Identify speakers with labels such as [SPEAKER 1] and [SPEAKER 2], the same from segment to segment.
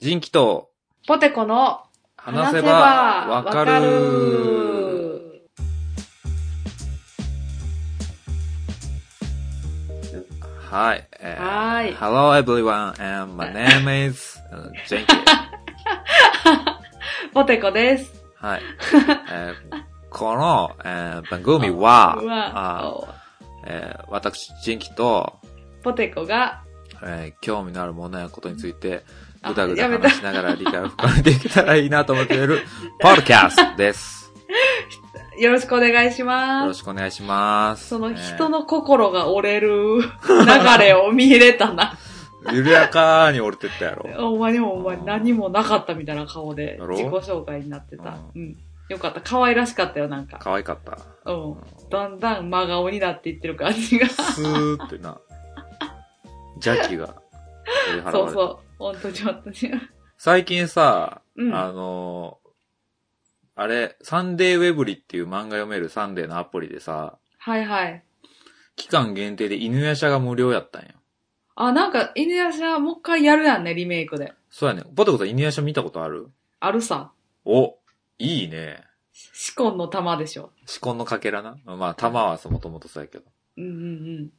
[SPEAKER 1] 人気と
[SPEAKER 2] ポテコの
[SPEAKER 1] 話せばわかる
[SPEAKER 2] 話せばわかる
[SPEAKER 1] はい。えー
[SPEAKER 2] はーい
[SPEAKER 1] Hello everyone, and my name is うんジェンキー。
[SPEAKER 2] ポテコです。
[SPEAKER 1] はい。えーこの、えー番組は、
[SPEAKER 2] う
[SPEAKER 1] あ
[SPEAKER 2] わ
[SPEAKER 1] えー私、人気と、
[SPEAKER 2] ポテコが、
[SPEAKER 1] えー興味のあるものやことについて、
[SPEAKER 2] あ
[SPEAKER 1] ぐだぐだ
[SPEAKER 2] やめた
[SPEAKER 1] 話しながら理解を深めていけたらいいなと思っている、 ポッドキャストです。
[SPEAKER 2] よろしくお願いし
[SPEAKER 1] よ
[SPEAKER 2] ま
[SPEAKER 1] ろ
[SPEAKER 2] す。
[SPEAKER 1] しくお願いします。
[SPEAKER 2] その人
[SPEAKER 1] の、
[SPEAKER 2] の心が折れる流れを見れたな。
[SPEAKER 1] 緩やかに折れてったやろ。
[SPEAKER 2] ほんまにほんま
[SPEAKER 1] う
[SPEAKER 2] に
[SPEAKER 1] ん
[SPEAKER 2] 何もなかったみたいな顔で
[SPEAKER 1] だろ
[SPEAKER 2] 自己紹介になってた。
[SPEAKER 1] う
[SPEAKER 2] うん。よかった。可愛らしかったよ、なんか。
[SPEAKER 1] 可愛かった。
[SPEAKER 2] うん。だんだん真顔になっていってる感じが。
[SPEAKER 1] スーってな、邪気が追い払われて。
[SPEAKER 2] そうそう。本当に本当に。
[SPEAKER 1] 最近さ、
[SPEAKER 2] うん
[SPEAKER 1] あのーあれ、サンデーウェブリっていう漫画読めるサンデーのアプリでさ、
[SPEAKER 2] はいはい。
[SPEAKER 1] 期間限定で犬やしゃが無料やったんや。
[SPEAKER 2] あ、なんか、犬やしゃもう一回やるやんね、リメイクで。
[SPEAKER 1] そうやね。ポテコさん犬やしゃ見たことある
[SPEAKER 2] あるさ。
[SPEAKER 1] お、いいね。
[SPEAKER 2] シコンの玉でしょ。
[SPEAKER 1] 至根のかけらな。まあ、玉はさ、もともとそうやけど。
[SPEAKER 2] うんうんうん。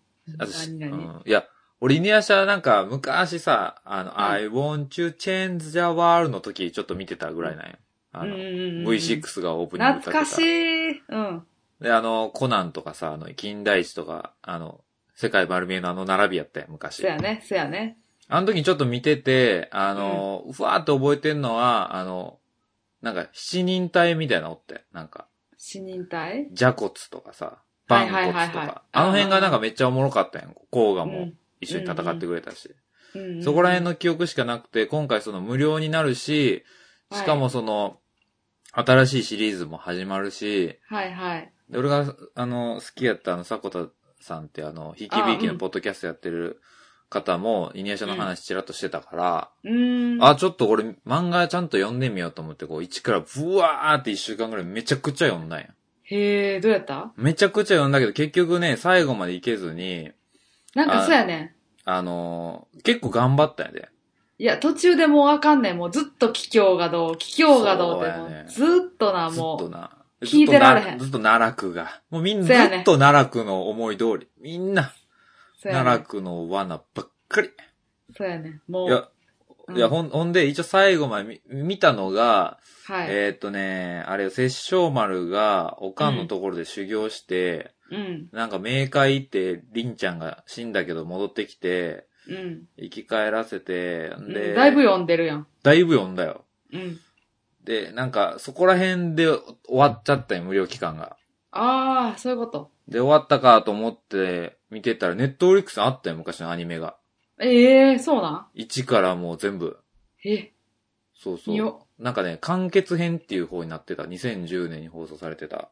[SPEAKER 1] あとし
[SPEAKER 2] 何々。
[SPEAKER 1] うんいや、俺犬やしゃなんか昔さ、あの、
[SPEAKER 2] ん
[SPEAKER 1] I want you change the world の時ちょっと見てたぐらいなんや。あの、
[SPEAKER 2] V6。
[SPEAKER 1] V6 がオープニング
[SPEAKER 2] 懐かしい。うん。
[SPEAKER 1] で、あの、コナンとかさ、あの、金田一とか、あの、世界丸見えのあの並びやったよ、昔。
[SPEAKER 2] そやね、そやね。
[SPEAKER 1] あの時にちょっと見てて、あの、うわーって覚えてんのは、あの、なんか、七人隊みたいなのおって、なんか、
[SPEAKER 2] 死人体
[SPEAKER 1] ジャコツとかさ、バンコツとか、
[SPEAKER 2] はいはいはいはい
[SPEAKER 1] あの辺がなんかめっちゃおもろかったやん。コーガ
[SPEAKER 2] う
[SPEAKER 1] も
[SPEAKER 2] ん
[SPEAKER 1] 一緒に戦ってくれたし。
[SPEAKER 2] うん
[SPEAKER 1] そこら辺の記憶しかなくて、今回その無料になるし、しかもその、新しいシリーズも始まるし、
[SPEAKER 2] はいはい。
[SPEAKER 1] で俺が、あの、好きやったあの、迫田さんってあの、ひきびいきのポッドキャストやってる方も、イニエシャの話ちらっとしてたから、
[SPEAKER 2] うーん。
[SPEAKER 1] あ、ちょっと俺、漫画ちゃんと読んでみようと思って、こう、一からブワーって一週間ぐらいめちゃくちゃ読んだんや。
[SPEAKER 2] へえ、どうやった
[SPEAKER 1] めちゃくちゃ読んだけど、結局ね、最後までいけずに、
[SPEAKER 2] なん
[SPEAKER 1] あ
[SPEAKER 2] かそやね。
[SPEAKER 1] あのー結構頑張ったんやで。
[SPEAKER 2] いや、途中でもうあかんねん。もうずっと気境がどう、気境がどうって、
[SPEAKER 1] そ
[SPEAKER 2] も
[SPEAKER 1] うやね
[SPEAKER 2] うずっとな、
[SPEAKER 1] ずっと
[SPEAKER 2] も
[SPEAKER 1] な。
[SPEAKER 2] 聞いてられへん
[SPEAKER 1] ずっとなずっと奈落が。もうみんな、ず
[SPEAKER 2] そやね
[SPEAKER 1] っと奈落の思い通り。みんな、
[SPEAKER 2] う。そや
[SPEAKER 1] 奈
[SPEAKER 2] ね。
[SPEAKER 1] 落の罠ばっかり。
[SPEAKER 2] そうやね。も。
[SPEAKER 1] いうや、
[SPEAKER 2] うん
[SPEAKER 1] いや、ほん、ほんで、一応最後まで見見たのが、
[SPEAKER 2] はい。
[SPEAKER 1] えーっ、とね、あれよ、殺生丸が、おかんのところで修行して、
[SPEAKER 2] うん。
[SPEAKER 1] なんか冥界行って、りんちゃんが死んだけど戻ってきて、
[SPEAKER 2] うん。
[SPEAKER 1] 生き返らせて、
[SPEAKER 2] うん
[SPEAKER 1] で、
[SPEAKER 2] だいぶ読んでるやん。
[SPEAKER 1] だいぶ読んだよ。
[SPEAKER 2] うん。
[SPEAKER 1] で、なんか、そこら辺で終わっちゃったよ、無料期間が。
[SPEAKER 2] ああ、そういうこと。
[SPEAKER 1] で、終わったかと思って見てたら、ネットフリックスにあったよ、昔のアニメが。
[SPEAKER 2] ええそうなん
[SPEAKER 1] 一からもう全部。
[SPEAKER 2] え、
[SPEAKER 1] そうそ
[SPEAKER 2] 見
[SPEAKER 1] う。
[SPEAKER 2] よ。
[SPEAKER 1] なんかね、完結編っていう方になってた。2010年に放送されてた。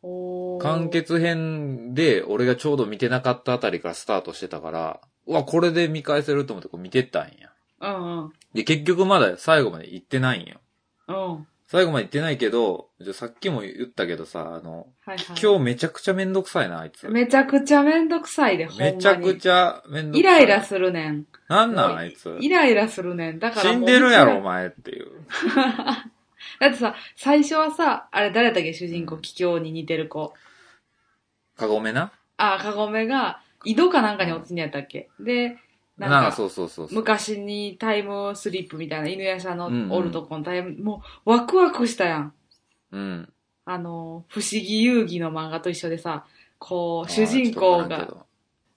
[SPEAKER 2] おー
[SPEAKER 1] 完。結編で、俺がちょうど見てなかったあたりからスタートしてたから、うわ、これで見返せると思ってこう見てったんや。
[SPEAKER 2] うんうん。
[SPEAKER 1] で、結局まだ最後まで行ってないんよ。
[SPEAKER 2] うん。
[SPEAKER 1] 最後まで行ってないけど、じゃあさっきも言ったけどさ、あの、
[SPEAKER 2] はいは
[SPEAKER 1] 今日めちゃくちゃめんどくさいな、あいつ
[SPEAKER 2] い。。めちゃくちゃめんどくさいで、ほんまに。
[SPEAKER 1] めちゃくちゃめんどくさい。
[SPEAKER 2] イライラするねん。
[SPEAKER 1] なんなん、あいつ。
[SPEAKER 2] イライラするねん。だから
[SPEAKER 1] 死
[SPEAKER 2] も
[SPEAKER 1] ん
[SPEAKER 2] う
[SPEAKER 1] でるやろ、お。前っていう。
[SPEAKER 2] だってさ、最初はさ、あれ誰だっけ主人公、桔梗に似てる子。
[SPEAKER 1] かごめな
[SPEAKER 2] あー、カゴメが、井戸かなんかに落ちにやったっけで、
[SPEAKER 1] な
[SPEAKER 2] なんん
[SPEAKER 1] か
[SPEAKER 2] か
[SPEAKER 1] そうそうそうそう。
[SPEAKER 2] 昔にタイムスリップみたいな犬屋さん
[SPEAKER 1] うんうん
[SPEAKER 2] のおるとこのタイム、もうワクワクしたやん。
[SPEAKER 1] うん。
[SPEAKER 2] あの、不思議遊戯の漫画と一緒でさ、こう、
[SPEAKER 1] あー
[SPEAKER 2] 主人公、
[SPEAKER 1] ちょっとわからん
[SPEAKER 2] が
[SPEAKER 1] け、ど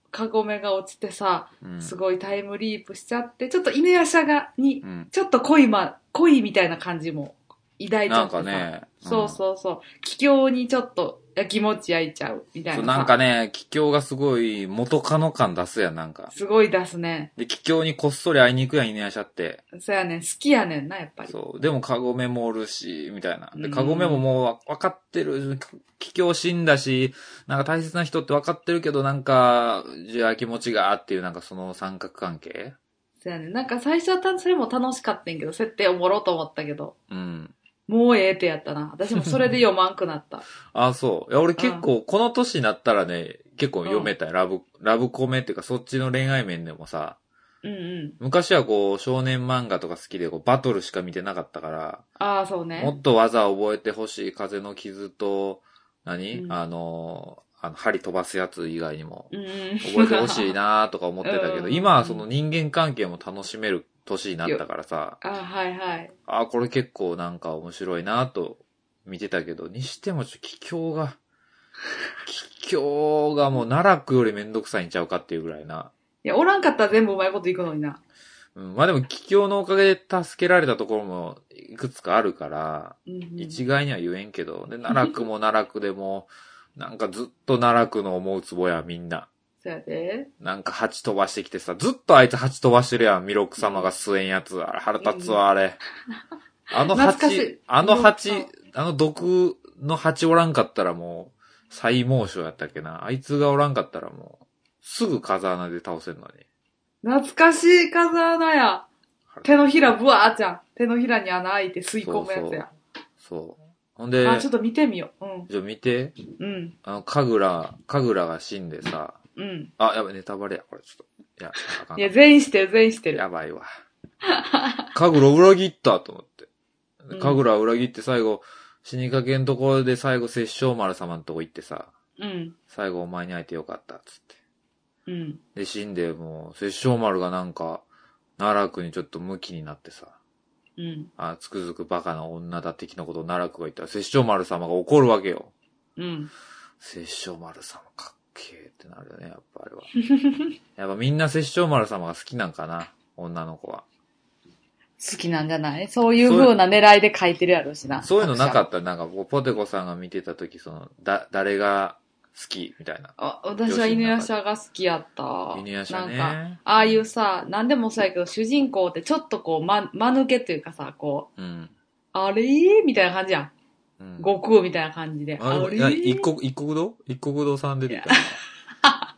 [SPEAKER 2] カゴメが落ちてさ、
[SPEAKER 1] うん
[SPEAKER 2] すごいタイムリープしちゃって、ちょっと犬やしゃが、に
[SPEAKER 1] う、ん。
[SPEAKER 2] ちょっと恋ま、恋みたいな感じも抱いちゃ
[SPEAKER 1] な
[SPEAKER 2] っ
[SPEAKER 1] ん
[SPEAKER 2] てさ。
[SPEAKER 1] かね。
[SPEAKER 2] そうそうそう。気境にちょっと焼きもち焼いちゃうみたい
[SPEAKER 1] そう
[SPEAKER 2] な。
[SPEAKER 1] なんか。ね、気境がすごい元カノ感出すやん、なんか。
[SPEAKER 2] すごい出すね。
[SPEAKER 1] で、気境にこっそり会いに行くやん、犬やしゃって。
[SPEAKER 2] そやねん。好きやねんな、やっぱり。
[SPEAKER 1] そう。でも、カゴメもおるし、みたいな。
[SPEAKER 2] う
[SPEAKER 1] で、
[SPEAKER 2] ん
[SPEAKER 1] カゴメももうわ分かってる。気境死んだし、なんか大切な人って分かってるけど、なんか、じゃあ気持ちが、っていう、なんかその三角関係
[SPEAKER 2] そやねん。なんか最初はたそれも楽しかったんやけど、設定おもろと思ったけど、
[SPEAKER 1] うん。
[SPEAKER 2] もうええってやったな。私もそれで読まんく なった。
[SPEAKER 1] あ、そう。いや、俺結構、この年になったらね、結構読めたよ。ラブ、ラブコメっていうか、そっちの恋愛面でもさ、
[SPEAKER 2] うんうん。
[SPEAKER 1] 昔はこう、少年漫画とか好きで、こう、バトルしか見てなかったから、
[SPEAKER 2] ああ、そう
[SPEAKER 1] も
[SPEAKER 2] ね。
[SPEAKER 1] っと技を覚えてほしい風の傷と、何、
[SPEAKER 2] うん
[SPEAKER 1] あの、あの、針飛ばすやつ以外に も、
[SPEAKER 2] うんうん。
[SPEAKER 1] 覚えてほしい。なとか思ってたけど、
[SPEAKER 2] うん
[SPEAKER 1] 今はその人間関係も楽しめる年になったからさ、
[SPEAKER 2] あはいはい。
[SPEAKER 1] あーこれ結構なんか面白いなと見てたけど、にしてもちょっと気境 が、気境がもう奈落よりめんどくさいんちゃうかっていうぐらいな。
[SPEAKER 2] いや、おらんかったら全部うまいこといくのにな。
[SPEAKER 1] うん、まあでも気境のおかげで助けられたところもいくつかあるから、
[SPEAKER 2] うんうん。
[SPEAKER 1] 一概には言えんけど、で、奈落も奈落でも、なんかずっと奈落の思うツボやみんな。
[SPEAKER 2] そうやで。
[SPEAKER 1] なんか蜂飛ばしてきてさ、ずっとあいつ蜂飛ばしてるやん、弥勒様が吸えんやつ。あれ腹立つわ、あれ。あの
[SPEAKER 2] 懐かしい
[SPEAKER 1] 蜂、あの蜂
[SPEAKER 2] 弥勒、
[SPEAKER 1] あの毒の蜂おらんかったらもう、最猛暑やったっけな。あいつがおらんかったらもう、すぐ風穴で倒せんのに。
[SPEAKER 2] 懐かしい風穴や。手のひらぶわーちゃん。手のひらに穴開いて吸い込むやつや。
[SPEAKER 1] そう。ほんで、
[SPEAKER 2] あ、ちょっと見てみよう。うん。
[SPEAKER 1] ちょ、見て、
[SPEAKER 2] うん。
[SPEAKER 1] あの、かぐら、かぐらが死んでさ、
[SPEAKER 2] うん。
[SPEAKER 1] あ、やばい、ネタバレや、これちょっと。いや、あかん
[SPEAKER 2] いや、全員してる、全員してる。
[SPEAKER 1] やばいわ。かぐら裏切ったと思って。
[SPEAKER 2] うん
[SPEAKER 1] かぐら裏切って最後、死にかけんところで最後、殺生丸様のとこ行ってさ、
[SPEAKER 2] うん。
[SPEAKER 1] 最後お前に会えてよかった、つって。
[SPEAKER 2] うん。
[SPEAKER 1] で、死んで、もう、殺生丸がなんか、奈落にちょっとムキになってさ、
[SPEAKER 2] うん。
[SPEAKER 1] あ、つくづくバカな女だ的なことを奈落が言ったら、殺生丸様が怒るわけよ。
[SPEAKER 2] うん。
[SPEAKER 1] 殺生丸様かっけーってなるよね、やっぱあれ は。やっぱみんな殺生丸様が好きなんかな、女の子は。
[SPEAKER 2] 好きなんじゃないそういう風な狙いで書いてるやろうしな。
[SPEAKER 1] そういうのなかったなんかこう、ポテコさんが見てた時、その、だ、誰が好きみたいな。
[SPEAKER 2] あ私は犬やしゃが好きやった。
[SPEAKER 1] 犬やしゃ
[SPEAKER 2] なんか、
[SPEAKER 1] ね。
[SPEAKER 2] ああいうさ、なんでもそうやけど、主人公ってちょっとこう、ま、間抜けというかさ、こう、
[SPEAKER 1] うん。
[SPEAKER 2] あれーみたいな感じやん。
[SPEAKER 1] うん。
[SPEAKER 2] 悟空みたいな感じで。
[SPEAKER 1] あ
[SPEAKER 2] あ
[SPEAKER 1] れ
[SPEAKER 2] れ
[SPEAKER 1] いや、
[SPEAKER 2] ー
[SPEAKER 1] 一国、一国堂一国堂さん出てきたな。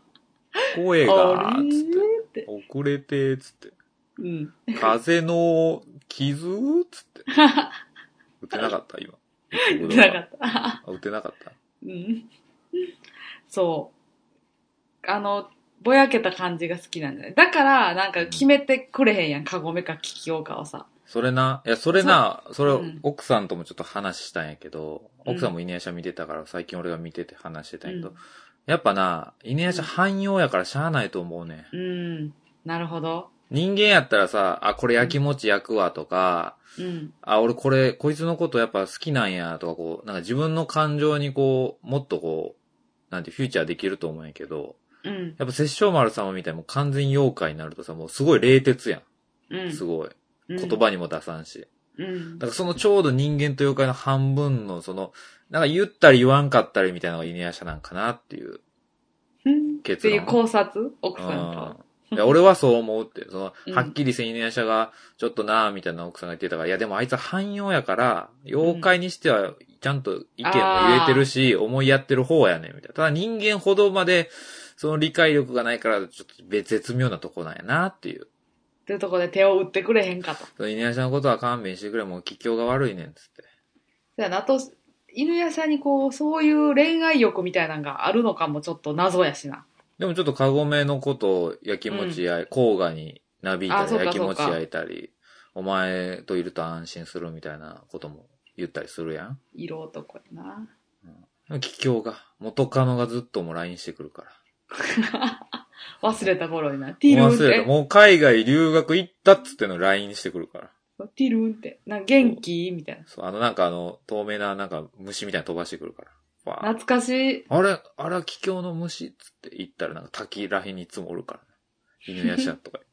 [SPEAKER 1] 声が
[SPEAKER 2] あれ、
[SPEAKER 1] つ
[SPEAKER 2] ー
[SPEAKER 1] っ
[SPEAKER 2] って
[SPEAKER 1] て。。遅れて、つって。
[SPEAKER 2] うん。
[SPEAKER 1] 風の傷つって。打てなかった、今。一
[SPEAKER 2] 出
[SPEAKER 1] 国堂
[SPEAKER 2] なか
[SPEAKER 1] は。
[SPEAKER 2] った。
[SPEAKER 1] あ打てなかった。
[SPEAKER 2] うん。そう。あの、ぼやけた感じが好きなんだね。だから、なんか決めてくれへんやん。カゴメかキキオかをさ。
[SPEAKER 1] それな、いや、それな、それ、
[SPEAKER 2] うん
[SPEAKER 1] 奥さんともちょっと話したんやけど、
[SPEAKER 2] うん
[SPEAKER 1] 奥さんも犬夜叉見てたから、最近俺が見てて話してたんやけど、
[SPEAKER 2] うん
[SPEAKER 1] やっぱな、犬夜叉
[SPEAKER 2] うん
[SPEAKER 1] 汎用やからしゃあないと思うねん。
[SPEAKER 2] うん。なるほど。
[SPEAKER 1] 人間やったらさ、あ、これ焼きもち焼くわとか、
[SPEAKER 2] うん。
[SPEAKER 1] あ、俺これ、こいつのことやっぱ好きなんやとか、こう、なんか自分の感情にこう、もっとこう、なんてフューチャーできると思うんやけど、
[SPEAKER 2] うん。
[SPEAKER 1] やっぱ殺生丸様みたいにもう完全妖怪になるとさ、もうすごい冷徹や。
[SPEAKER 2] うんん。
[SPEAKER 1] すごい。
[SPEAKER 2] 言
[SPEAKER 1] 言。葉にも出さんし。
[SPEAKER 2] うん
[SPEAKER 1] だか。らそのちょうど人間と妖怪の半分の、その、なんか言ったり言わんかったりみたいなのがイネアシャなんかなっていう。
[SPEAKER 2] うんっ
[SPEAKER 1] 結
[SPEAKER 2] て
[SPEAKER 1] 論
[SPEAKER 2] いう考察
[SPEAKER 1] う
[SPEAKER 2] 奥さん
[SPEAKER 1] ん。いや、俺はそう思うって。その
[SPEAKER 2] う、ん
[SPEAKER 1] はっきりせんイネアシャが、ちょっとなぁ、みたいな奥さんが言ってたから、いや、でもあいつは汎用やから、妖怪にしては、ちゃんと意見も言えてるし、思いやってる方やねん、みたいな。ただ人間ほどまで、その理解力がないから、ちょっと別絶妙なとこなんやなっていう。
[SPEAKER 2] と。というところで手を打ってくれへんかと。
[SPEAKER 1] そのイネアシャのことは勘弁してくれ、もう気境が悪いねん、つって。
[SPEAKER 2] じゃあな、あと、犬屋さんにこう、そういう恋愛欲みたいなのがあるのかもちょっと謎やしな。
[SPEAKER 1] でもちょっとカゴメのことを焼きもちや、郊外になびいた
[SPEAKER 2] あそう
[SPEAKER 1] り、
[SPEAKER 2] か
[SPEAKER 1] 焼きもち
[SPEAKER 2] そうか
[SPEAKER 1] 焼いたり、お前といると安心するみたいなことも言ったりするやん。
[SPEAKER 2] 色男やな。
[SPEAKER 1] でも桔梗が、元カノがずっともう LINE してくるから。
[SPEAKER 2] 忘れた頃にな。ティ
[SPEAKER 1] もう
[SPEAKER 2] ルンっ
[SPEAKER 1] 忘れた。
[SPEAKER 2] て。
[SPEAKER 1] もう海外留学行ったっつっての LINE してくるから。
[SPEAKER 2] ティルンって。なんか元気みたいな。
[SPEAKER 1] そう、あのなんかあの、透明ななんか虫みたいなの飛ばしてくるから。わあ
[SPEAKER 2] 懐かしい。
[SPEAKER 1] あれ、あれは桔梗の虫っつって言ったらなんか滝らへんにいつもおるから、ね。犬やしゃとか
[SPEAKER 2] え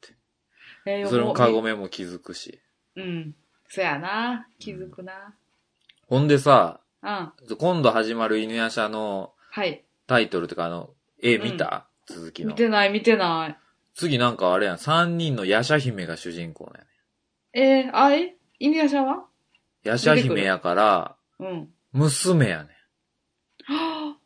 [SPEAKER 1] 言っ
[SPEAKER 2] ー
[SPEAKER 1] て。それもカゴ
[SPEAKER 2] メ。
[SPEAKER 1] メも気づくし。
[SPEAKER 2] うん。そやな。気づくな。
[SPEAKER 1] ほんでさ、
[SPEAKER 2] うん。
[SPEAKER 1] 今度始まる犬夜叉の
[SPEAKER 2] はい。
[SPEAKER 1] タイトルとかあの、絵見た、続き
[SPEAKER 2] 見
[SPEAKER 1] の。
[SPEAKER 2] てない、見てない。
[SPEAKER 1] 次なんかあれやん、三人の夜叉姫が主人公なんやね。
[SPEAKER 2] えー、あえ犬屋さんは
[SPEAKER 1] 夜叉姫やから、
[SPEAKER 2] うん。
[SPEAKER 1] 娘やね
[SPEAKER 2] はぁ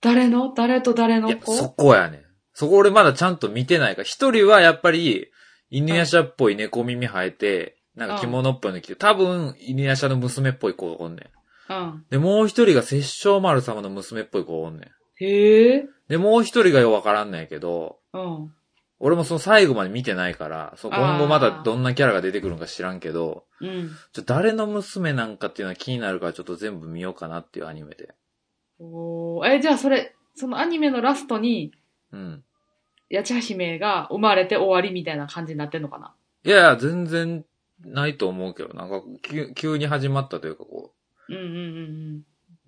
[SPEAKER 2] 誰の誰と誰
[SPEAKER 1] ん。い
[SPEAKER 2] の
[SPEAKER 1] や、
[SPEAKER 2] 子
[SPEAKER 1] そこやねん。そこ俺まだちゃんと見てないから、一人はやっぱり、犬夜叉っぽい猫耳生えて、なんか着物っぽいの着て、多分犬夜叉の娘っぽい子がおんねん。
[SPEAKER 2] うん。
[SPEAKER 1] で、もう一人が殺生丸様の娘っぽい子がおんねん。
[SPEAKER 2] へえ。
[SPEAKER 1] で、もう一人がようわからんねんけど、
[SPEAKER 2] うん。
[SPEAKER 1] 俺もその最後まで見てないから、そう
[SPEAKER 2] あー
[SPEAKER 1] 今後まだどんなキャラが出てくるのか知らんけど、
[SPEAKER 2] うん。
[SPEAKER 1] ちょ誰の娘なんかっていうのは気になるからちょっと全部見ようかなっていうアニメで。
[SPEAKER 2] おーえ、じゃあそれ、そのアニメのラストに、
[SPEAKER 1] うん。
[SPEAKER 2] 八千葉姫が生まれて終わりみたいな感じになってんのかない
[SPEAKER 1] やいや、全然ないと思うけど、なんか急急に始まったというかこ
[SPEAKER 2] うんうんうん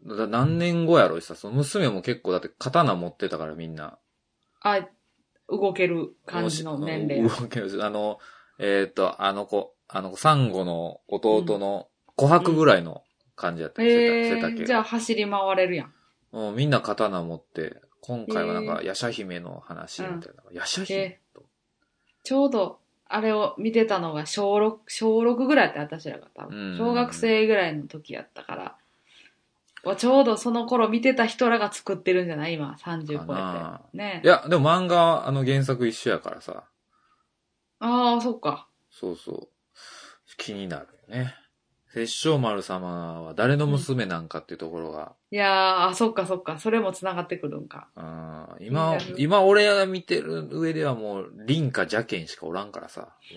[SPEAKER 2] うん。
[SPEAKER 1] う、だ何年後やろうしさ、その娘も結構だって刀持ってたからみんな。
[SPEAKER 2] あ、動ける感じの年齢。
[SPEAKER 1] 動けるあの、えーっ、と、あの子、あの子、サンゴの弟の琥珀ぐらいの感じやったり
[SPEAKER 2] へ
[SPEAKER 1] してた、
[SPEAKER 2] ー
[SPEAKER 1] 背
[SPEAKER 2] じゃあ
[SPEAKER 1] 丈
[SPEAKER 2] 走り回れるやん。
[SPEAKER 1] もうみんな刀持って、今回はなんか、
[SPEAKER 2] へ
[SPEAKER 1] ヤシャ姫の話みたいな。ヤシャ姫
[SPEAKER 2] へちょうど、あれを見てたのが小6、小6ぐらいやって私らが多
[SPEAKER 1] う
[SPEAKER 2] 分
[SPEAKER 1] ん
[SPEAKER 2] 小学生ぐらいの時やったから。わちょうどその頃見てた人らが作ってるんじゃない今、30
[SPEAKER 1] か
[SPEAKER 2] 超
[SPEAKER 1] な
[SPEAKER 2] えて。ね
[SPEAKER 1] いや、でも漫画はあの原作一緒やからさ。
[SPEAKER 2] ああ、そっか。
[SPEAKER 1] そうそう。気になるよね。殺生丸様は誰の娘なんかっていうところが、
[SPEAKER 2] いやー、あ、そっかそっか。それも繋がってくるんか。
[SPEAKER 1] うん、
[SPEAKER 2] 気
[SPEAKER 1] 今
[SPEAKER 2] にな、る
[SPEAKER 1] 今俺が見てる上ではもう、凛か邪剣しかおらんからさ、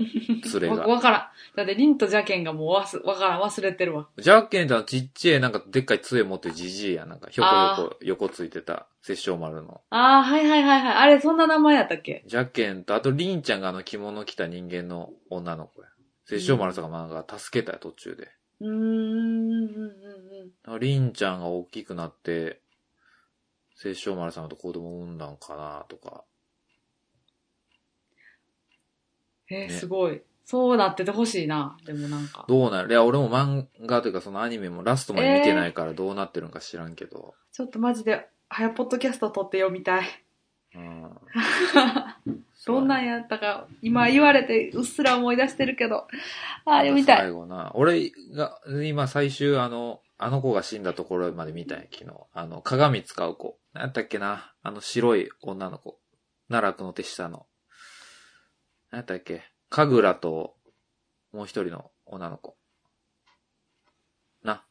[SPEAKER 1] 連れ
[SPEAKER 2] わ
[SPEAKER 1] が。
[SPEAKER 2] わからん。だって、リンとジャケンがもうわす、わからん、忘れてるわ。
[SPEAKER 1] 邪剣ってのはちっちゃい、なんかでっかい杖持ってるじじいや、なんか、ひょこひょこ横ついてた、殺生丸の。
[SPEAKER 2] ああ、はいはいはいはい。あれ、そんな名前やったっけ
[SPEAKER 1] 邪剣と、あと凛ちゃんがあの着物着た人間の女の子や。殺生丸さんがなんか助けたよ、途中で。
[SPEAKER 2] うーん、うん、うん、うん。
[SPEAKER 1] りんちゃんが大きくなって、清少丸さんと子供を産んだんかなとか。
[SPEAKER 2] えー、
[SPEAKER 1] ね
[SPEAKER 2] すごい。そうなっててほしいな。でもなんか。
[SPEAKER 1] どうなるいや、俺も漫画というかそのアニメもラストまで見てないからどうなってるんか知らんけど。
[SPEAKER 2] ちょっとマジで、早ポッドキャスト撮って読み たい。
[SPEAKER 1] うん。
[SPEAKER 2] どんなんやったか、今言われてうっすら思い出してるけど。ああ、読みたい。
[SPEAKER 1] 最後な。俺が、今最終あの、あの子が死んだところまで見たんや、昨日。あの、鏡使う子。なんやったっけなあの白い女の子。奈落の手下の。なんやったっけ神楽と、もう一人の女の子。な。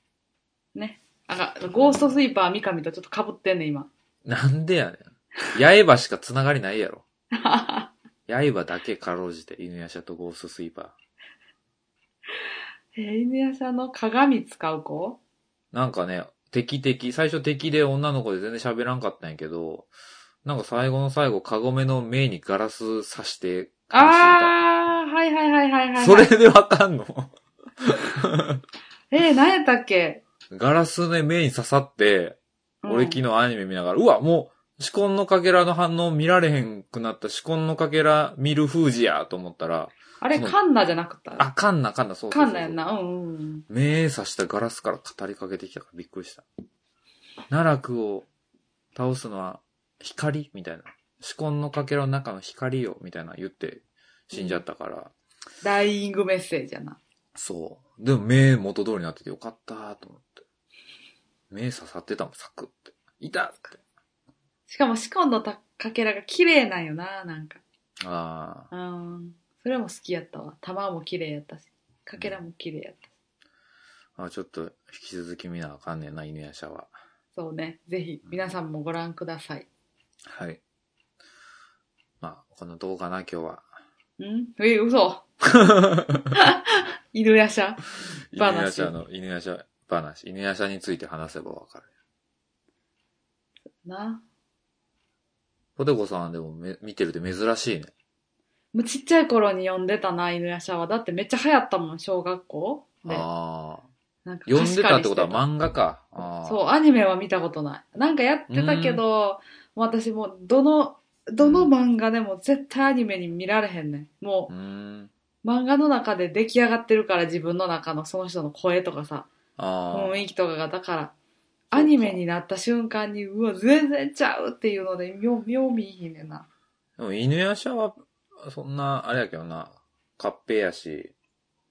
[SPEAKER 2] あかんゴーストスイーパー三上とちょっと被ってんねん、今。
[SPEAKER 1] なんでやねん。刃しか繋がりないやろ。刃だけかろうじて、犬やしゃとゴーストスイーパー。
[SPEAKER 2] えー、犬屋さんの鏡使う子
[SPEAKER 1] なんかね、敵敵、最初敵で女の子で全然喋らんかったんやけど、なんか最後の最後、カゴメの目にガラス刺して、
[SPEAKER 2] ああ、はいはいはいはいはい、はい。
[SPEAKER 1] それでわかんの
[SPEAKER 2] えー、何やったっけ、
[SPEAKER 1] ガラスの目に刺さって、
[SPEAKER 2] うん
[SPEAKER 1] 俺昨日アニメ見ながら、うわ、もう、シコンのかけらの反応見られへんくなったシコンのかけら見る封じやと思ったら、
[SPEAKER 2] あれ、
[SPEAKER 1] その
[SPEAKER 2] カンナじゃなかった
[SPEAKER 1] あ、かんな、かんな、そうそうそう
[SPEAKER 2] カンナやんな。うんうんうん。
[SPEAKER 1] 目刺したガラスから語りかけてきたからびっくりした。奈落を倒すのは光みたいな。死根のかけらの中の光よみたいな言って死んじゃったから。
[SPEAKER 2] ダイイングメッセージやな。
[SPEAKER 1] そう。でも目元通りになっててよかったーと思って。目刺さってたもん、サクって。いたって。
[SPEAKER 2] しかも、シコンのたかけらが綺麗なんよな、なんか。
[SPEAKER 1] ああ。
[SPEAKER 2] うん。それも好きやったわ。玉も綺麗やったし。かけらも綺麗やったし。
[SPEAKER 1] あちょっと引き続き見なあかんねんな、犬やしゃは。
[SPEAKER 2] そうね。ぜひ、皆さんもご覧ください。
[SPEAKER 1] はい。まあ、こんなとこかな、今日は。
[SPEAKER 2] んえ、嘘。 犬やしゃ。
[SPEAKER 1] 犬
[SPEAKER 2] 話
[SPEAKER 1] やしゃの、犬やしゃ話。犬やしゃについて話せばわかる。
[SPEAKER 2] な。
[SPEAKER 1] ポテコさんでもめ見てるって珍しいね。
[SPEAKER 2] もうちっちゃい頃に読んでたな、犬やしゃは。だってめっちゃ流行ったもん、小学校で。
[SPEAKER 1] ああ。
[SPEAKER 2] なんか
[SPEAKER 1] 読んでたってことは
[SPEAKER 2] 貸し借りしてた
[SPEAKER 1] 漫画か。あー
[SPEAKER 2] そう、アニメは見たことない。なんかやってたけど、もう私もうどの、どの漫画でも絶対アニメに見られへんねん。も
[SPEAKER 1] うーん。
[SPEAKER 2] う、漫画の中で出来上がってるから自分の中のその人の声とかさ、
[SPEAKER 1] あ
[SPEAKER 2] 雰
[SPEAKER 1] あ。
[SPEAKER 2] 囲気とかが、だから、アニメになった瞬間に、うわ、全然ちゃうっていうので、妙、妙見いひんねんな。
[SPEAKER 1] でも犬やしゃは、そんな、あれやけどな、カッペやし、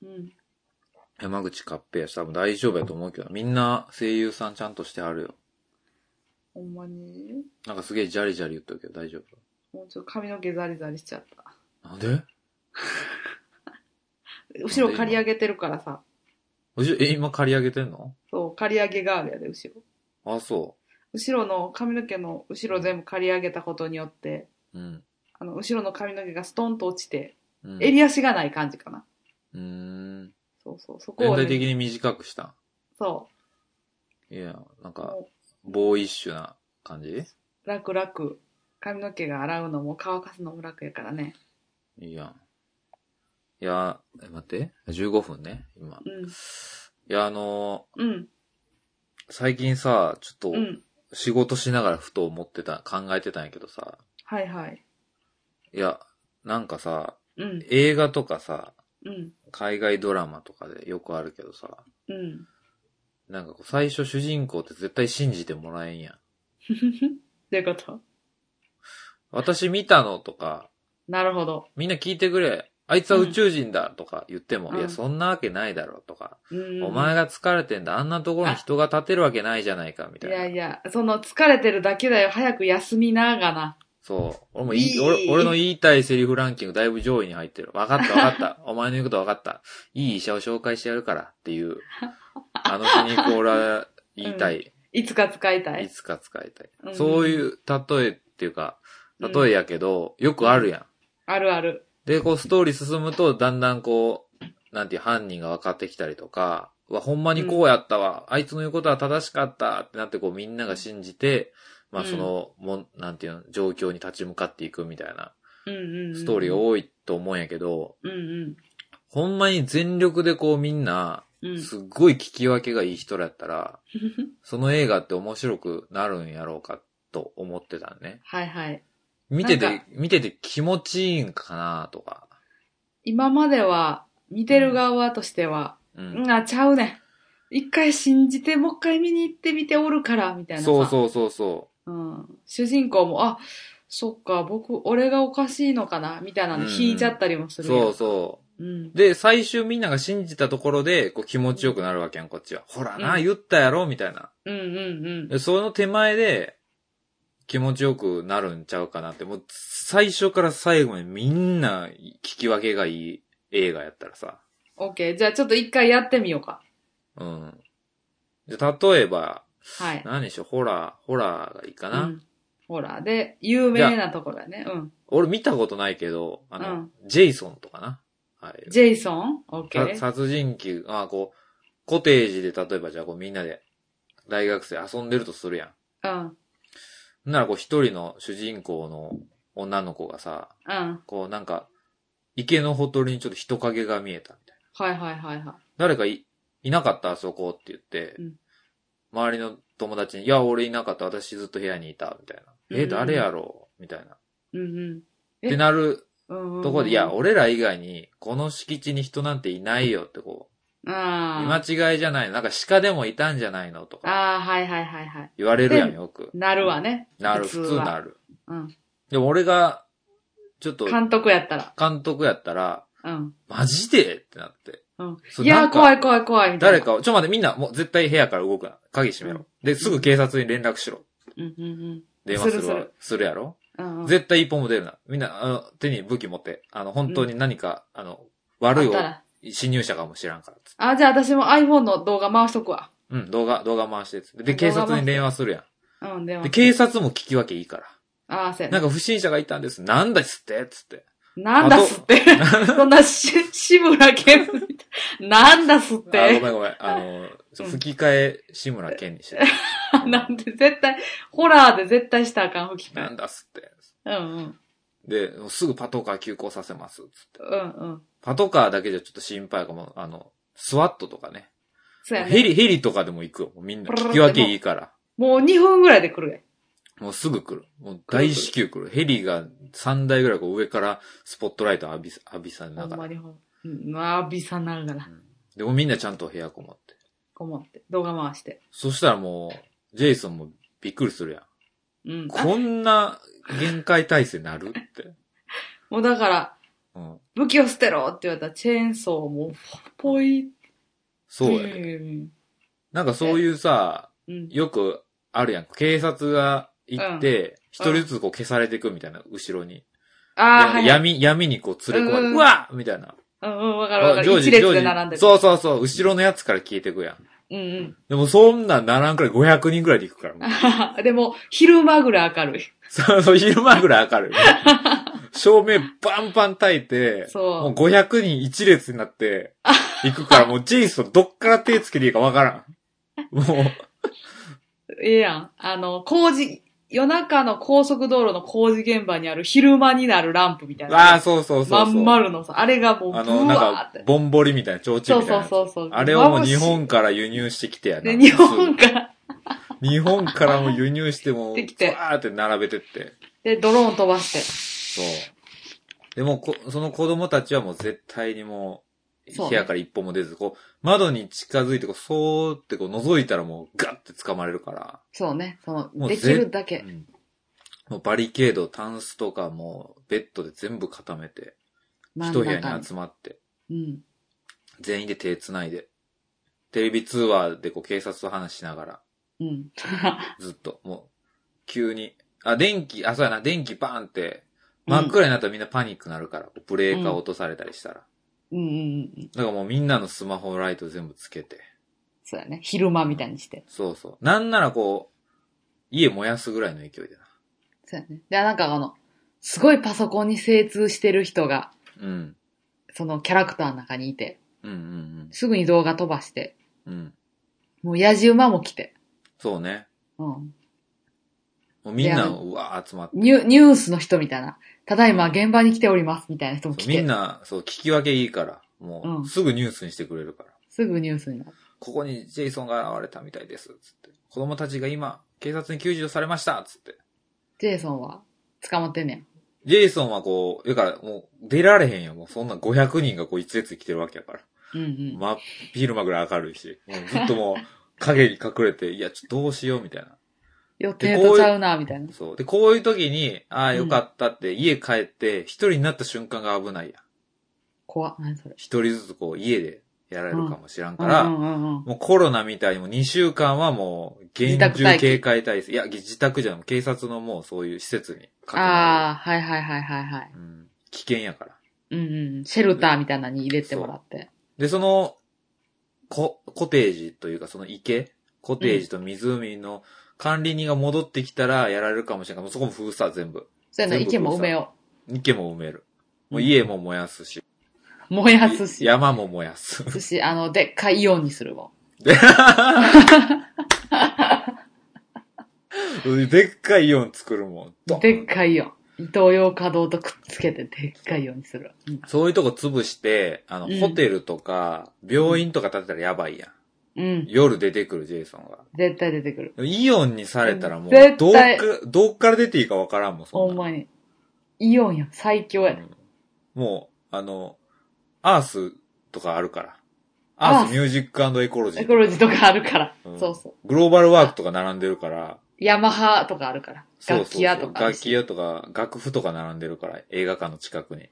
[SPEAKER 2] うん。
[SPEAKER 1] 山口カッペやし、多分大丈夫やと思うけど、みんな声優さんちゃんとしてはるよ。
[SPEAKER 2] ほんまに
[SPEAKER 1] なんかすげえジャリジャリ言っとるけど大丈夫。
[SPEAKER 2] もうちょっと髪の毛ザリザリしちゃった。
[SPEAKER 1] なんで
[SPEAKER 2] 後ろ刈り上げてるからさ。
[SPEAKER 1] うちえ、今借り上げてんの
[SPEAKER 2] そう、刈り上げガールやで、後ろ。
[SPEAKER 1] あ、そ
[SPEAKER 2] 後ろの髪の毛の後ろ全部刈り上げたことによって
[SPEAKER 1] う。うん。
[SPEAKER 2] あの、後ろの髪の毛がストンと落ちて、
[SPEAKER 1] うん。
[SPEAKER 2] 襟足がない感じかな。
[SPEAKER 1] うーん。
[SPEAKER 2] そうそう、そこ
[SPEAKER 1] 全
[SPEAKER 2] をね、
[SPEAKER 1] 体的に短くした。
[SPEAKER 2] そ
[SPEAKER 1] いや、なん
[SPEAKER 2] う、
[SPEAKER 1] か、
[SPEAKER 2] も
[SPEAKER 1] ボーイッシュな感じ
[SPEAKER 2] う楽々。髪の毛が洗うのも乾かすのも楽やからね。
[SPEAKER 1] いいやん。いや、え待って。15分ね、今。いや、あの
[SPEAKER 2] うん、うん、
[SPEAKER 1] ー最近さ、ちょ
[SPEAKER 2] う
[SPEAKER 1] っ
[SPEAKER 2] ん。
[SPEAKER 1] と、仕事しながらふと思ってた、考えてたんやけどさ。
[SPEAKER 2] はいはい。
[SPEAKER 1] いや、なんかさ、
[SPEAKER 2] うん、
[SPEAKER 1] 映画とかさ、
[SPEAKER 2] うん、
[SPEAKER 1] 海外ドラマとかでよくあるけどさ、
[SPEAKER 2] うん。
[SPEAKER 1] なんかこう最初主人公って絶対信じてもらえんやん。
[SPEAKER 2] どういうこと
[SPEAKER 1] 私見たのとか、
[SPEAKER 2] なるほど。
[SPEAKER 1] みんな聞いてくれ。あいつは宇宙人だとか言っても、
[SPEAKER 2] うん
[SPEAKER 1] いや、そんなわけないだろうとか、
[SPEAKER 2] うん。
[SPEAKER 1] お前が疲れてんだ、あんなところに人が立てるわけないじゃないか、み
[SPEAKER 2] い
[SPEAKER 1] たいな。
[SPEAKER 2] やいや、その疲れてるだけだよ。早く休みながら。
[SPEAKER 1] そう。俺もいい
[SPEAKER 2] いい
[SPEAKER 1] 俺、俺の言いたいセリフランキングだいぶ上位に入ってる。わかったわかった。 お前の言うことわかった。いい医者を紹介してやるからっていう、あの日にこう俺は言いた い。
[SPEAKER 2] いつか使いた
[SPEAKER 1] い
[SPEAKER 2] い。
[SPEAKER 1] つか使いたい。
[SPEAKER 2] うん
[SPEAKER 1] そういう例えっていうか、例えやけど、よくあるやん。
[SPEAKER 2] あるある。
[SPEAKER 1] で、こうストーリー進むと、だんだんこう、なんていう犯人が分かってきたりとか、うわ、ほんまにこうやったわ。あいつの言うことは正しかったってなって、こうみんなが信じて、まあ
[SPEAKER 2] うん
[SPEAKER 1] その、もん、なんていうの、状況に立ち向かっていくみたいな
[SPEAKER 2] うんうん、うん。
[SPEAKER 1] ストーリーが多いと思うんやけど、
[SPEAKER 2] うんうん。
[SPEAKER 1] ほんまに全力でこうみんな、
[SPEAKER 2] うん。
[SPEAKER 1] すっごい聞き分けがいい人だったら、その映画って面白くなるんやろうかと思ってたんね。
[SPEAKER 2] はいはい。
[SPEAKER 1] 見て
[SPEAKER 2] な
[SPEAKER 1] て
[SPEAKER 2] んか、
[SPEAKER 1] 見てて気持ちいいんかなとか。
[SPEAKER 2] 今までは、見てる側としては、
[SPEAKER 1] う。
[SPEAKER 2] うんん、あ、ちゃうねん。一回信じて、もう一回見に行ってみておるから、みたいなさ。。
[SPEAKER 1] そうそうそうそう
[SPEAKER 2] ん。主人公も、あ、そっか、僕、俺がおかしいのかな、みたいなの引いちゃったりもす
[SPEAKER 1] う。
[SPEAKER 2] るやん
[SPEAKER 1] そうそう。
[SPEAKER 2] うん。
[SPEAKER 1] で、最終みんなが信じたところで、こう気持ちよくなるわけやん、こっちは。ほらな、
[SPEAKER 2] うん
[SPEAKER 1] 言ったやろみたいな。
[SPEAKER 2] うんうん
[SPEAKER 1] で、その手前で、気持ちよくなるんちゃうかなって、もう、最初から最後までみんな聞き分けがいい映画やったらさ。
[SPEAKER 2] うん。OK。じゃあちょっと一回やってみようか。
[SPEAKER 1] うん。で、例えば、
[SPEAKER 2] はい。
[SPEAKER 1] 何でしょう、ホラー、ホラーがいいかな。
[SPEAKER 2] うん、ほら、で、有名なところだね。うん。
[SPEAKER 1] 俺見たことないけど、あの、
[SPEAKER 2] うん
[SPEAKER 1] ジェイソンとかな。はい。
[SPEAKER 2] ジェイソンオッケ
[SPEAKER 1] さ
[SPEAKER 2] ー。
[SPEAKER 1] 殺人鬼、ああ、こう、コテージで例えばじゃあこうみんなで、大学生遊んでるとするやん。
[SPEAKER 2] うん。
[SPEAKER 1] ほんならこう一人の主人公の女の子がさ、
[SPEAKER 2] うん。
[SPEAKER 1] こうなんか、池のほとりにちょっと人影が見えたみたいな。
[SPEAKER 2] はいはいはいは
[SPEAKER 1] 誰かい、いなかったあそこって言って、
[SPEAKER 2] うん
[SPEAKER 1] 周りの友達に、いや、俺いなかった、私ずっと部屋にいた、みたいな。
[SPEAKER 2] う
[SPEAKER 1] え、
[SPEAKER 2] ん
[SPEAKER 1] 誰やろうみたいな。っ
[SPEAKER 2] い。うんうん。え
[SPEAKER 1] てなる
[SPEAKER 2] うんうん、
[SPEAKER 1] とこで、いや、、俺ら以外に、この敷地に人なんていないよってこう、見間
[SPEAKER 2] あ
[SPEAKER 1] 違いじゃないのなんか鹿でもいたんじゃないのと
[SPEAKER 2] あ。
[SPEAKER 1] か、
[SPEAKER 2] ああ、はいはいはいはい。
[SPEAKER 1] 言われるやん、よく。
[SPEAKER 2] なるわね。
[SPEAKER 1] なる、普通
[SPEAKER 2] は
[SPEAKER 1] なる。
[SPEAKER 2] うん。
[SPEAKER 1] でも俺が、ちょっと、
[SPEAKER 2] 監督やったら。
[SPEAKER 1] 監督やったら、
[SPEAKER 2] うん。
[SPEAKER 1] マジでってなって。
[SPEAKER 2] うん。
[SPEAKER 1] そう
[SPEAKER 2] い
[SPEAKER 1] な
[SPEAKER 2] や
[SPEAKER 1] ん
[SPEAKER 2] ー、
[SPEAKER 1] か
[SPEAKER 2] 怖い怖い怖い。みたいな
[SPEAKER 1] 誰。かを、ちょ、待って、みんな、もう絶対部屋から動くな。鍵閉めろ。で、すぐ警察に連絡しろ。
[SPEAKER 2] うんうん
[SPEAKER 1] 電話するわ。
[SPEAKER 2] す
[SPEAKER 1] す
[SPEAKER 2] る
[SPEAKER 1] るやろ
[SPEAKER 2] うん。うん。
[SPEAKER 1] 絶対一歩も出るな。みんな、あの、手に武器持って、あの、本当に何か、あの、悪い
[SPEAKER 2] あった
[SPEAKER 1] お
[SPEAKER 2] ら
[SPEAKER 1] 侵入者かもしらんからっつって。
[SPEAKER 2] あ、じゃあ私も iPhone の動画回しとくわ。
[SPEAKER 1] うん、動画、動画回してっつって。で、警察に電話するや
[SPEAKER 2] うん、で
[SPEAKER 1] ん。
[SPEAKER 2] も
[SPEAKER 1] で、。警察も聞き分けいいから。
[SPEAKER 2] ああ、そうや
[SPEAKER 1] な。
[SPEAKER 2] なん
[SPEAKER 1] か不審者がいたんです。なんだっすってっつって。
[SPEAKER 2] なんだっすって。 そんなし、志村けんみたいな。なんだっすっ
[SPEAKER 1] あ、ご
[SPEAKER 2] て。
[SPEAKER 1] めんごめん。あ の、ちょ吹き替え、志村けんにしてる
[SPEAKER 2] なんで絶対、ホラーで絶対したらあかん吹き替え
[SPEAKER 1] なんだっすって。
[SPEAKER 2] うんうん。
[SPEAKER 1] で、すぐパトカー急行させます。つって。
[SPEAKER 2] うんうん。
[SPEAKER 1] パトカーだけじゃちょっと心配かも。あの、スワットとかね。
[SPEAKER 2] そうや
[SPEAKER 1] ヘ
[SPEAKER 2] ね。
[SPEAKER 1] リ、ヘリとかでも行くよ。もうみんな聞き分けいいから。
[SPEAKER 2] もう2分ぐらいで来るやん。
[SPEAKER 1] もうすぐ来る。もう大至急来る。ヘリが3台ぐらいこう上からスポットライト浴び、浴びさな
[SPEAKER 2] ほ
[SPEAKER 1] が
[SPEAKER 2] んま
[SPEAKER 1] ら。
[SPEAKER 2] にほんうん。まあ、ビサなるから、
[SPEAKER 1] でもみんなちゃんと部屋こもって。
[SPEAKER 2] こもって。動画回して。
[SPEAKER 1] そしたらもう、ジェイソンもびっくりするやん。
[SPEAKER 2] うん。あ
[SPEAKER 1] こんな限界体制なるって。
[SPEAKER 2] もうだから、
[SPEAKER 1] うん。
[SPEAKER 2] 武器を捨てろって言われたら、チェーンソーも、ぽい
[SPEAKER 1] そうやで。
[SPEAKER 2] ね。
[SPEAKER 1] なんかそういうさ、
[SPEAKER 2] うん。
[SPEAKER 1] よくあるやん。警察が行って、一人ずつこう消されていくみたいな、後ろに。
[SPEAKER 2] あ
[SPEAKER 1] で
[SPEAKER 2] あ、はい。
[SPEAKER 1] 闇、闇にこう連れ込まれ
[SPEAKER 2] う
[SPEAKER 1] て、
[SPEAKER 2] ん
[SPEAKER 1] うわっみたいな。
[SPEAKER 2] うんうん、わかるわか
[SPEAKER 1] ジョー
[SPEAKER 2] る。
[SPEAKER 1] ジ
[SPEAKER 2] 一列で並んでる。
[SPEAKER 1] そうそうそう、後ろのやつから消えていくやん。
[SPEAKER 2] うんうん。
[SPEAKER 1] でもそんなんならんくらい500人くらいで行 くから。もう
[SPEAKER 2] でも、昼間ぐらい明るい。
[SPEAKER 1] そうそう、昼間ぐらい明るい。照明バンバン焚いて、
[SPEAKER 2] そう
[SPEAKER 1] もう500人一列になって、行くから、もうジェイソンどっから手つけていいかわ からん。もう、
[SPEAKER 2] ええやん。あの、工事、夜中の高速道路の工事現場にある昼間になるランプみたいな。
[SPEAKER 1] ああ、そうそうそうそう。
[SPEAKER 2] まん丸のさ、あれがもう、ブワ
[SPEAKER 1] あの、なん
[SPEAKER 2] ーっ
[SPEAKER 1] か
[SPEAKER 2] て、。
[SPEAKER 1] ぼんぼりみたいな、ちょうちん
[SPEAKER 2] そう
[SPEAKER 1] みたいな
[SPEAKER 2] そ
[SPEAKER 1] や
[SPEAKER 2] う
[SPEAKER 1] つ。
[SPEAKER 2] そうそう。
[SPEAKER 1] あれをもう日
[SPEAKER 2] 眩し
[SPEAKER 1] 本から輸入してきてや
[SPEAKER 2] い
[SPEAKER 1] な。
[SPEAKER 2] で日本から。
[SPEAKER 1] 日本からも輸入しても、
[SPEAKER 2] できて
[SPEAKER 1] ふわーって並べてって。
[SPEAKER 2] で、ドローン飛ばして。
[SPEAKER 1] そう。でもこ、その子供たちはもう絶対にもう、
[SPEAKER 2] そう
[SPEAKER 1] 部屋から一歩も出ず、こう、窓に近づいて、こう、そーってこう、覗いたらもう、ガッて掴まれるから。
[SPEAKER 2] そうね。そ
[SPEAKER 1] も
[SPEAKER 2] の、
[SPEAKER 1] う
[SPEAKER 2] で
[SPEAKER 1] ぜ
[SPEAKER 2] きるだけ
[SPEAKER 1] う。ん。もう、バリケード、タンスとかもう、ベッドで全部固めて、
[SPEAKER 2] 真
[SPEAKER 1] 一
[SPEAKER 2] ん
[SPEAKER 1] 部屋
[SPEAKER 2] 中
[SPEAKER 1] に集まって、
[SPEAKER 2] に。うん。
[SPEAKER 1] 全員で手繋いで、テレビ通話でこう、警察と話しながら、
[SPEAKER 2] うん。
[SPEAKER 1] ずっと、もう、急に、あ、電気、あ、そうやな、電気バーンって、 真っ暗になったらみんなパニックになるから、こうブレーカー落とされたりしたら。
[SPEAKER 2] うんうんうんうん。
[SPEAKER 1] だからもうみんなのスマホライト全部つけて。
[SPEAKER 2] そうだね。昼間みたいにして。
[SPEAKER 1] そうそう。なんならこう、家燃やすぐらいの勢いで
[SPEAKER 2] そうだね。で、なんかあの、すごいパソコンに精通してる人が、
[SPEAKER 1] な。うん。
[SPEAKER 2] そのキャラクターの中にいて、
[SPEAKER 1] うんうん
[SPEAKER 2] すぐに動画飛ばして、
[SPEAKER 1] うん。うん。
[SPEAKER 2] もうやじ馬も来て、
[SPEAKER 1] そうね。
[SPEAKER 2] うん。
[SPEAKER 1] もうみん
[SPEAKER 2] で
[SPEAKER 1] な、
[SPEAKER 2] あの
[SPEAKER 1] うわー集まって。
[SPEAKER 2] ニュニュースの人みたいな。ただいま現場に来ておりますみたいな人も
[SPEAKER 1] そ
[SPEAKER 2] 来
[SPEAKER 1] うみん
[SPEAKER 2] て、
[SPEAKER 1] な、そう、聞き分けいいから、
[SPEAKER 2] う
[SPEAKER 1] も
[SPEAKER 2] ん
[SPEAKER 1] う、すぐニュースにしてくれるから。
[SPEAKER 2] すぐニュースになる。
[SPEAKER 1] ここにジェイソンが現れたみたいです、つって。子供たちが今、警察に救助されました、つって。
[SPEAKER 2] ジェイソンは捕まってんねん。
[SPEAKER 1] ジェイソンはこう、だからもう出られへんよ。もうそんな500人がこう一列に来てるわけやから。
[SPEAKER 2] うんうん。
[SPEAKER 1] ま、昼間ぐらい明るいし。もうずっともう影に隠れて、いや、ちょっとどうしようみたいな。
[SPEAKER 2] 予定とちゃうな、みたいな。
[SPEAKER 1] そう。で、こういう時に、ああ、よかったって、家帰って、一人になった瞬間が危ないやん。
[SPEAKER 2] 怖っ。何それ。
[SPEAKER 1] 一人ずつこう、家でやられるかもしらん
[SPEAKER 2] う
[SPEAKER 1] か
[SPEAKER 2] ん
[SPEAKER 1] ら、
[SPEAKER 2] うんうんうん。
[SPEAKER 1] もうコロナみたいにも2週間はもう、厳
[SPEAKER 2] 自宅
[SPEAKER 1] 重
[SPEAKER 2] 待機
[SPEAKER 1] 警戒体制。いや、自宅じゃない、警察のもうそういう施設にかけら
[SPEAKER 2] ああ、はいはいはいはいはい
[SPEAKER 1] れ。るうん。危険やから。
[SPEAKER 2] うんうん。シェルターみたいなのに入れてもらって。
[SPEAKER 1] で、その、コ、コテージというか、その池コテージと湖の管理人が戻ってきたらやられるかもしれないから、もうそこも封鎖全部。
[SPEAKER 2] そういうの、
[SPEAKER 1] 全部
[SPEAKER 2] 池も埋めよ
[SPEAKER 1] 池も埋める。もう
[SPEAKER 2] うん
[SPEAKER 1] 家も燃やすし。
[SPEAKER 2] う。燃やすし。
[SPEAKER 1] 山も燃やす。
[SPEAKER 2] 寿司、あの、でっかいイオンにするも
[SPEAKER 1] でっかいイオン作るもん。ド
[SPEAKER 2] ん。
[SPEAKER 1] ン
[SPEAKER 2] でっかいイオン。イトーヨーカドーとくっつけて、でっかいイオンにする。うん
[SPEAKER 1] そういうとこ潰して、あの、
[SPEAKER 2] うん
[SPEAKER 1] ホテルとか、病院とか建てたらやばいやん。
[SPEAKER 2] うん。
[SPEAKER 1] 夜出てくるジェイソンが。
[SPEAKER 2] 絶対出てくる。
[SPEAKER 1] でもイオンにされたらもう、
[SPEAKER 2] 絶
[SPEAKER 1] どう
[SPEAKER 2] 対
[SPEAKER 1] か、どっから出ていいかわからんもん、そん
[SPEAKER 2] ほ
[SPEAKER 1] なん
[SPEAKER 2] まに。イオンや。最強やね。
[SPEAKER 1] うんもう、あの、アースとかあるから。ア
[SPEAKER 2] ア
[SPEAKER 1] ー
[SPEAKER 2] ー
[SPEAKER 1] ス
[SPEAKER 2] ス
[SPEAKER 1] ミュージックエコロジ
[SPEAKER 2] エ
[SPEAKER 1] ー。
[SPEAKER 2] コロジーとかあるから。
[SPEAKER 1] うん
[SPEAKER 2] そうそう。
[SPEAKER 1] グローバルワークとか並んでるから。
[SPEAKER 2] ヤマハとかあるから。
[SPEAKER 1] そうそう
[SPEAKER 2] 楽
[SPEAKER 1] そう
[SPEAKER 2] 器屋とかある
[SPEAKER 1] 楽器
[SPEAKER 2] し。
[SPEAKER 1] 屋とか、楽譜とか並んでるから、映画館の近くに。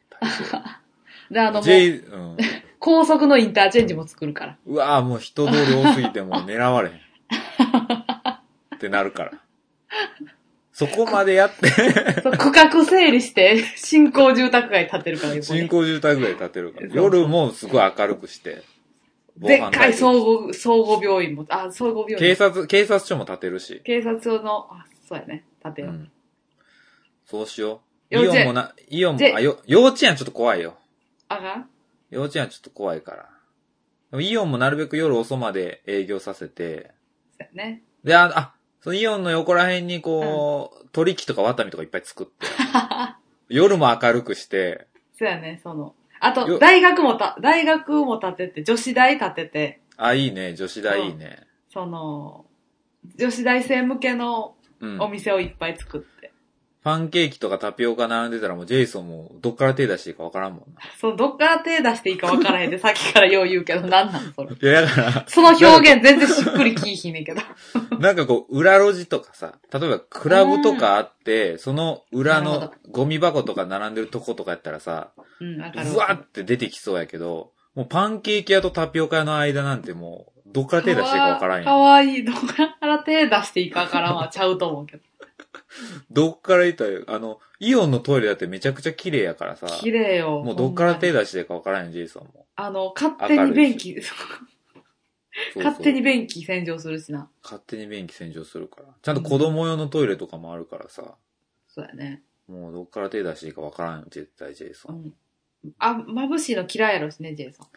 [SPEAKER 2] で、あの、も
[SPEAKER 1] ジェイ
[SPEAKER 2] う、
[SPEAKER 1] うん。
[SPEAKER 2] 高速のインターチェンジも作るから。
[SPEAKER 1] うわぁ、もう人通り多すぎてもう狙われへ ん。ってなるから。そこまでやって、
[SPEAKER 2] そう区画整理して、新興住宅街建てるから、横に
[SPEAKER 1] 新興住宅街建てるから。
[SPEAKER 2] そうそう
[SPEAKER 1] 夜もすごい明るくして。
[SPEAKER 2] でっかい
[SPEAKER 1] そう
[SPEAKER 2] 総合、総合病院も、あ、総合病
[SPEAKER 1] 警
[SPEAKER 2] 院。
[SPEAKER 1] 察、警察署も建てるし。
[SPEAKER 2] 警察の、あ、そうやね。建てよう。
[SPEAKER 1] ん。そうしよう。
[SPEAKER 2] 幼
[SPEAKER 1] イオ
[SPEAKER 2] 稚園
[SPEAKER 1] ンもな、イオンも
[SPEAKER 2] ジ、ェ
[SPEAKER 1] あ、よ、幼稚園はちょっと怖いよ。
[SPEAKER 2] あがん
[SPEAKER 1] 幼稚園はちょっと怖いから。でもイオンもなるべく夜遅まで営業させて、
[SPEAKER 2] そうやね。
[SPEAKER 1] で、あ、あ、そのイオンの横ら辺にこう、取り木とかワタミとかいっぱい作って、 夜も明るくして、
[SPEAKER 2] そうやね、その。あ
[SPEAKER 1] よ
[SPEAKER 2] と、大学もた、大学も建てて、女子大建てて、
[SPEAKER 1] あ、いいね、女子大いいね。
[SPEAKER 2] その、女子大生向けの
[SPEAKER 1] うん。
[SPEAKER 2] お
[SPEAKER 1] パ
[SPEAKER 2] 店をいっぱい作って。
[SPEAKER 1] ンケーキとかタピオカ並んでたらもうジェイソンもどっから手出していいかわからんもんな。
[SPEAKER 2] その、どっから手出していいかわからへんで、さっ きからよう言うけど、なんなんそれ。
[SPEAKER 1] いや、だか
[SPEAKER 2] その表現全然しっくりきいひんねんけど。
[SPEAKER 1] ら、なんかこう、裏路地とかさ、例えばクラブとかあって、その裏
[SPEAKER 2] なる
[SPEAKER 1] の
[SPEAKER 2] ほ
[SPEAKER 1] ゴミ箱とか並んでるとことかやったらさ、
[SPEAKER 2] うん、わか る
[SPEAKER 1] うわーって出てきそうやけど、もうパンケーキ屋とタピオカ屋の間なんてもう、どっから手出していいかわからん
[SPEAKER 2] か
[SPEAKER 1] やん。
[SPEAKER 2] わいい。どっから手出していいかわからんはちゃうと思うけど。
[SPEAKER 1] どっから言ったら、あの、イオンのトイレだってめちゃくちゃ綺麗やからさ、
[SPEAKER 2] 綺麗よ。
[SPEAKER 1] もうどっから手
[SPEAKER 2] ほんまに
[SPEAKER 1] 出していいかわからんやん、ジェイソンも。
[SPEAKER 2] あの、勝手に便器、
[SPEAKER 1] そうそう
[SPEAKER 2] 勝手に。便器洗浄するしな。
[SPEAKER 1] 勝手に便器洗浄するから。ちゃんと子供用のトイレとかもあるからさ、
[SPEAKER 2] そうやね。
[SPEAKER 1] もうどっから手出していいかわからんよ、絶対ジェイソン。
[SPEAKER 2] うん。あ、眩しいの嫌いやろしね、ジェイソン。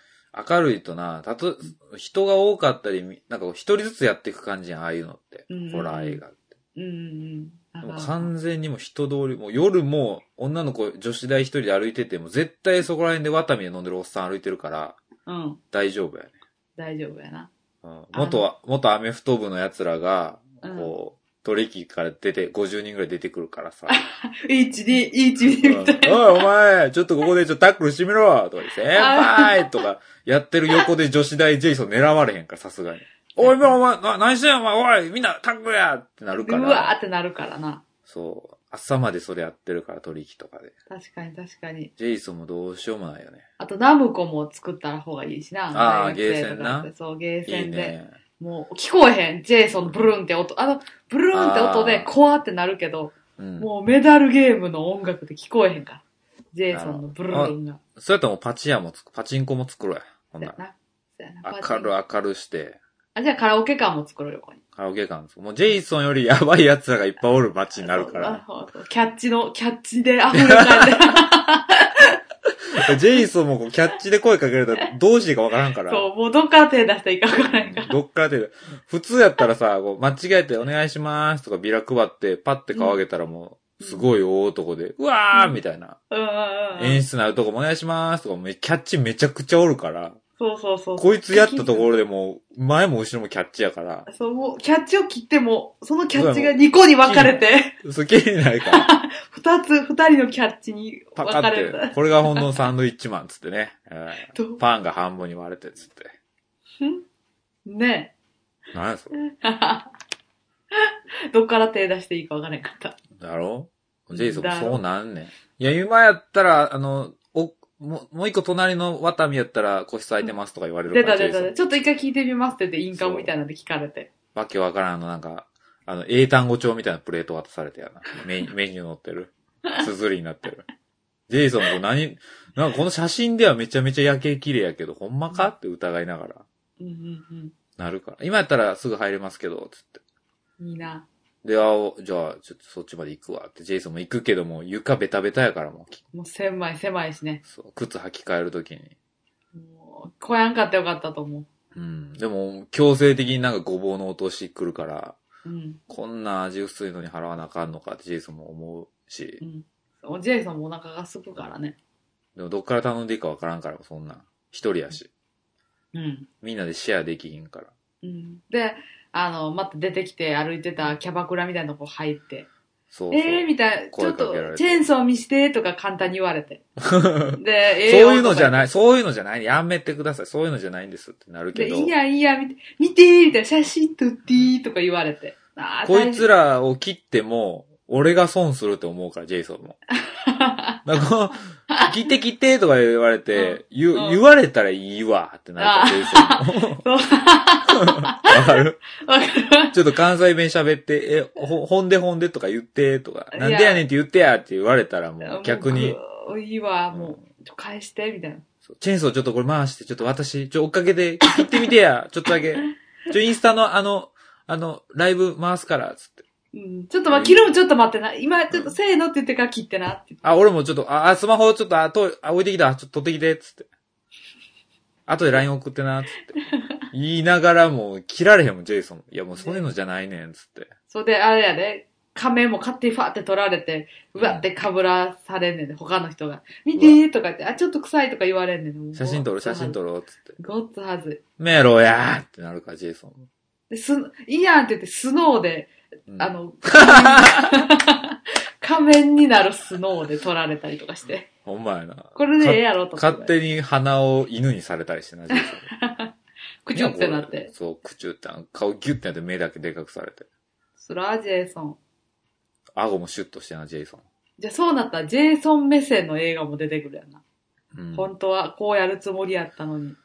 [SPEAKER 1] 明るいとな、たと、人が多かったり、みなんかこう一人ずつやっていく感じやん、ああいうのって
[SPEAKER 2] うん。
[SPEAKER 1] ホラー映画って。
[SPEAKER 2] うんうんうん。
[SPEAKER 1] でも
[SPEAKER 2] あ
[SPEAKER 1] 完全にもう人通り、もう夜も女の子、女子大一人で歩いてても、絶対そこら辺でワタミで飲んでるおっさん歩いてるから、
[SPEAKER 2] うん。
[SPEAKER 1] 大丈夫やね。
[SPEAKER 2] 大丈夫やな。
[SPEAKER 1] うん、元は、元アメフト部の奴らが、
[SPEAKER 2] うん
[SPEAKER 1] こう、取引から出て、50人ぐらい出てくるからさ。
[SPEAKER 2] 1、2、1、
[SPEAKER 1] うん
[SPEAKER 2] 2みたいな。
[SPEAKER 1] おい、お前、ちょっとここでちょっとタックルしてみろとか、先輩とか、やってる横で女子大ジェイソン狙われへんから、さすがに。 おい、お前、お前、な何してんのお前、おい、みんなタックルやってなるか
[SPEAKER 2] うわー
[SPEAKER 1] ら。
[SPEAKER 2] ってなるからな。
[SPEAKER 1] そう。朝までそれやってるから、取引とかで。
[SPEAKER 2] 確かに確かに。
[SPEAKER 1] ジェイソンもどうしようもないよね。
[SPEAKER 2] あと、ナムコも作ったら方がいいしな。
[SPEAKER 1] あー
[SPEAKER 2] 大学生と
[SPEAKER 1] ゲー
[SPEAKER 2] かって
[SPEAKER 1] センな
[SPEAKER 2] そう、ゲー
[SPEAKER 1] い
[SPEAKER 2] セ
[SPEAKER 1] い
[SPEAKER 2] ンで。
[SPEAKER 1] ね。
[SPEAKER 2] もう、聞こえへん。ジェイソンのブルーンって音。あの、ブルーンって音で、
[SPEAKER 1] あー
[SPEAKER 2] 怖ってなるけど、
[SPEAKER 1] うん。
[SPEAKER 2] もうメダルゲームの音楽で聞こえへんから。ジェイソンのブルーンが。
[SPEAKER 1] そうやったらもうパチ屋もつく、パチンコも作ろうや。ほ
[SPEAKER 2] そ
[SPEAKER 1] ん
[SPEAKER 2] う
[SPEAKER 1] な
[SPEAKER 2] や
[SPEAKER 1] ら。
[SPEAKER 2] な。そうやな。
[SPEAKER 1] 明る明るして、
[SPEAKER 2] あ、じゃあカラオケ館も作ろうよ、ここに。
[SPEAKER 1] カラオケ館です。もうジェイソンよりやばい奴らがいっぱいおる街になるか
[SPEAKER 2] あ
[SPEAKER 1] ら。
[SPEAKER 2] そうそうキャッチの、キャッチで溢れ返って。
[SPEAKER 1] ジェイソンもこうキャッチで声かけられたらどうしていいかわからんから。
[SPEAKER 2] そう、もうどっから手出したらいいか分からへんから。
[SPEAKER 1] どっからというか、普通やったらさ、こう間違えてお願いしますとかビラ配って、パッて顔上げたらもう、すごい大男で、うわーみたいな。
[SPEAKER 2] うんうんう
[SPEAKER 1] 演
[SPEAKER 2] ん。
[SPEAKER 1] 出のあるとこもお願いしますとか、もうキャッチめちゃくちゃおるから、
[SPEAKER 2] そうそうそう。
[SPEAKER 1] こいつやったところでもう、前も後ろもキャッチやから、
[SPEAKER 2] そう、もう、キャッチを切っても、そのキャッチが2個に分かれて、
[SPEAKER 1] 好きにない から、
[SPEAKER 2] 2つ、2人のキャッチに
[SPEAKER 1] パ
[SPEAKER 2] 分
[SPEAKER 1] カ
[SPEAKER 2] か
[SPEAKER 1] っ
[SPEAKER 2] れる。
[SPEAKER 1] て、これがほんのサンドイッチマンっつってね、うん
[SPEAKER 2] どう
[SPEAKER 1] パンが半分に割れてっつって。
[SPEAKER 2] ね
[SPEAKER 1] 何やそれ。
[SPEAKER 2] え。どっから手出していいか分からへんかった。
[SPEAKER 1] だろジェイソンも
[SPEAKER 2] だろ
[SPEAKER 1] そうなんねん。いや、今やったら、あの、お、もう、もう一個隣のワタミやったら個室空いてますとか言われる
[SPEAKER 2] 出
[SPEAKER 1] から、
[SPEAKER 2] た
[SPEAKER 1] ジェ
[SPEAKER 2] 出
[SPEAKER 1] イソ
[SPEAKER 2] た出
[SPEAKER 1] ン。
[SPEAKER 2] た。ちょっと一回聞いてみますって言って、印鑑みたいなので聞かれて。
[SPEAKER 1] わけわからんあの、なんか、あの、英単語帳みたいなプレート渡されてやな。メ ニメニュー載ってる。つづりになってる。ジェイソンもこう何、なんかこの写真ではめちゃめちゃ夜景綺麗やけど、ほんまかって疑いながら、
[SPEAKER 2] うんうん
[SPEAKER 1] なるから。今やったらすぐ入れますけど、つって。
[SPEAKER 2] うん。いいな。
[SPEAKER 1] で、あ、じゃあ、ちょっとそっちまで行くわって、ジェイソンも行くけども、床ベタベタやからもう、
[SPEAKER 2] もう狭い狭いしね。
[SPEAKER 1] そう、靴履き替えるときに。
[SPEAKER 2] もう、小やんかってよかったと思
[SPEAKER 1] うん。でも、強制的になんかごぼうの落とし来るから、
[SPEAKER 2] う。うん。
[SPEAKER 1] こんな味薄いのに払わなあかんのかってジェイソンも思うし
[SPEAKER 2] う、ん。おジェイソンもお腹が空くからね。
[SPEAKER 1] でもどっから頼んでいいかわからんから、そんなん。一人やし。
[SPEAKER 2] うん。
[SPEAKER 1] みんなでシェアできひんから。
[SPEAKER 2] うん。で、あの、また出てきて歩いてたキャバクラみたいなとこ入って。
[SPEAKER 1] そうそう。
[SPEAKER 2] えーみたいな、ちょ
[SPEAKER 1] 声
[SPEAKER 2] っ
[SPEAKER 1] か
[SPEAKER 2] と
[SPEAKER 1] けられて
[SPEAKER 2] チェーンソー見してとか簡単に言われ て。で、。
[SPEAKER 1] そういうのじゃないい、そういうのじゃない、やめてください。そういうのじゃないんですってなるけ
[SPEAKER 2] で、
[SPEAKER 1] ど、
[SPEAKER 2] いいやいいや、見て、見てみたいな、写真撮っていいとか言われて。あー
[SPEAKER 1] こいつ。らを切っても、俺が損するって思うから、ジェイソ ンも。なんか、切って切ってとか言われて、言
[SPEAKER 2] うん
[SPEAKER 1] 言われたらいいわってなるから、ジェイソンも。
[SPEAKER 2] 大変
[SPEAKER 1] わかる
[SPEAKER 2] そう、わかる。
[SPEAKER 1] ちょっと関西弁喋って、え、ほ、ほんでほんでとか言って、とか、
[SPEAKER 2] い
[SPEAKER 1] な
[SPEAKER 2] や
[SPEAKER 1] んでやねんって言ってやって言われたらもう 逆に、
[SPEAKER 2] もう。いいわ、もう、返して、みたいな。
[SPEAKER 1] そうチェーンソーちょっとこれ回して、ちょっと私、ちょ、追っかけて、切ってみてや、ちょっとだけ。ちょ、インスタのあの、あの、ライブ回すから、つって。
[SPEAKER 2] うん。ちょっとま、切るもちょっと待ってな。今、ちょっと、せーのって言ってから切ってなって。
[SPEAKER 1] あ、俺もちょっと、あ、あスマホちょっと、あ、と、あ、置いてきた、ちょっと取ってきて、つって。後で LINE 送ってな、つって。言いながらもう、切られへんもん、ジェイソン。いや、もうそういうのじゃないねん、つって。
[SPEAKER 2] それで、あれやで、仮面も勝手にファーって取られて、うわって被らされんねんで、他の人が。見てーとか言って、あ、ちょっと臭いとか言われんねん
[SPEAKER 1] 写真撮ろう、写真撮
[SPEAKER 2] る。
[SPEAKER 1] ろう、つって。
[SPEAKER 2] ごっつはずい。
[SPEAKER 1] メロやーってなるから、ジェイソンも。
[SPEAKER 2] で、す、いいやんって言って、スノーで、
[SPEAKER 1] うん
[SPEAKER 2] あの、 仮面になるスノーで撮られたりとかして。
[SPEAKER 1] ほんまやな。
[SPEAKER 2] これでええやろとか。
[SPEAKER 1] 勝手に鼻を犬にされたりしてな、ジェイソン
[SPEAKER 2] くちゅってなって。
[SPEAKER 1] そう、くちゅって、顔ギュッてなって目だけでかくされて。
[SPEAKER 2] そら、ジェイソン。
[SPEAKER 1] 顎もシュッとしてな、ジェイソン。
[SPEAKER 2] じゃあ、そうなったら、ジェイソン目線の映画も出てくるやんな。
[SPEAKER 1] うん、
[SPEAKER 2] 本当は、こうやるつもりやったのに。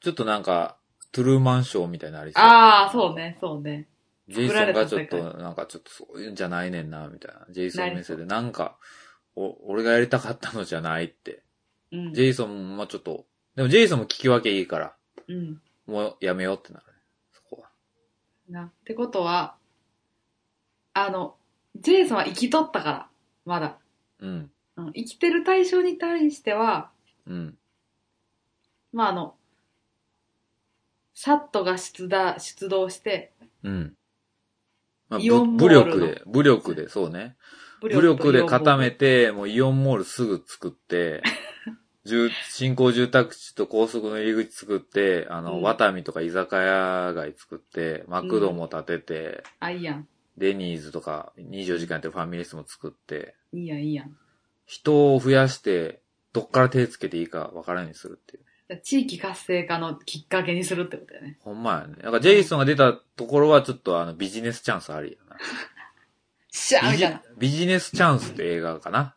[SPEAKER 1] ちょっとなんか、トゥルーマンショーみたいになりそう。
[SPEAKER 2] ああ、そうね、そうね。
[SPEAKER 1] ジェイ
[SPEAKER 2] 作
[SPEAKER 1] ソ
[SPEAKER 2] ら
[SPEAKER 1] ン
[SPEAKER 2] れ
[SPEAKER 1] が
[SPEAKER 2] た
[SPEAKER 1] ち
[SPEAKER 2] 世
[SPEAKER 1] ょっ
[SPEAKER 2] 界
[SPEAKER 1] と、なんかちょっとそういうんじゃないねんな、みたいな。ジェイソン目線で、なんか、お、俺がやりたかったのじゃないって。
[SPEAKER 2] うん。
[SPEAKER 1] ジェイソンもちょっと、でもジェイソンも聞き分けいいから、
[SPEAKER 2] うん。
[SPEAKER 1] もうやめようってなるね。そこは。
[SPEAKER 2] な。ってことは、あの、ジェイソンは生きとったから、まだ。
[SPEAKER 1] うん。
[SPEAKER 2] うん生きてる対象に対しては、
[SPEAKER 1] うん。
[SPEAKER 2] まああの、サットが出だ出動して、
[SPEAKER 1] うん。まあ、
[SPEAKER 2] イオン
[SPEAKER 1] ぶ武
[SPEAKER 2] モールの
[SPEAKER 1] 力で、武力で、そうね。
[SPEAKER 2] 武
[SPEAKER 1] 武力で固め
[SPEAKER 2] て、
[SPEAKER 1] て、もうイオンモールすぐ作って、 住新興住宅地と高速の入り口作って、あの、
[SPEAKER 2] うん
[SPEAKER 1] ワタミとか居酒屋街作って、マクドも建てて、
[SPEAKER 2] あ、いいやん。
[SPEAKER 1] デニーズとか24時間やってるファミレスも作って、
[SPEAKER 2] いいやん、いいやん。
[SPEAKER 1] 人を増やして、どっから手つけていいか分からんようにするっていう。
[SPEAKER 2] じゃあ地域活性化のきっかけにするってことだよね。
[SPEAKER 1] ほんまやね。なんかジェイソンが出たところはちょっとあのビジネスチャンスありやな。
[SPEAKER 2] シャー
[SPEAKER 1] ビ
[SPEAKER 2] み
[SPEAKER 1] ジ
[SPEAKER 2] たいな。
[SPEAKER 1] ビジネスチャンスって映画かな。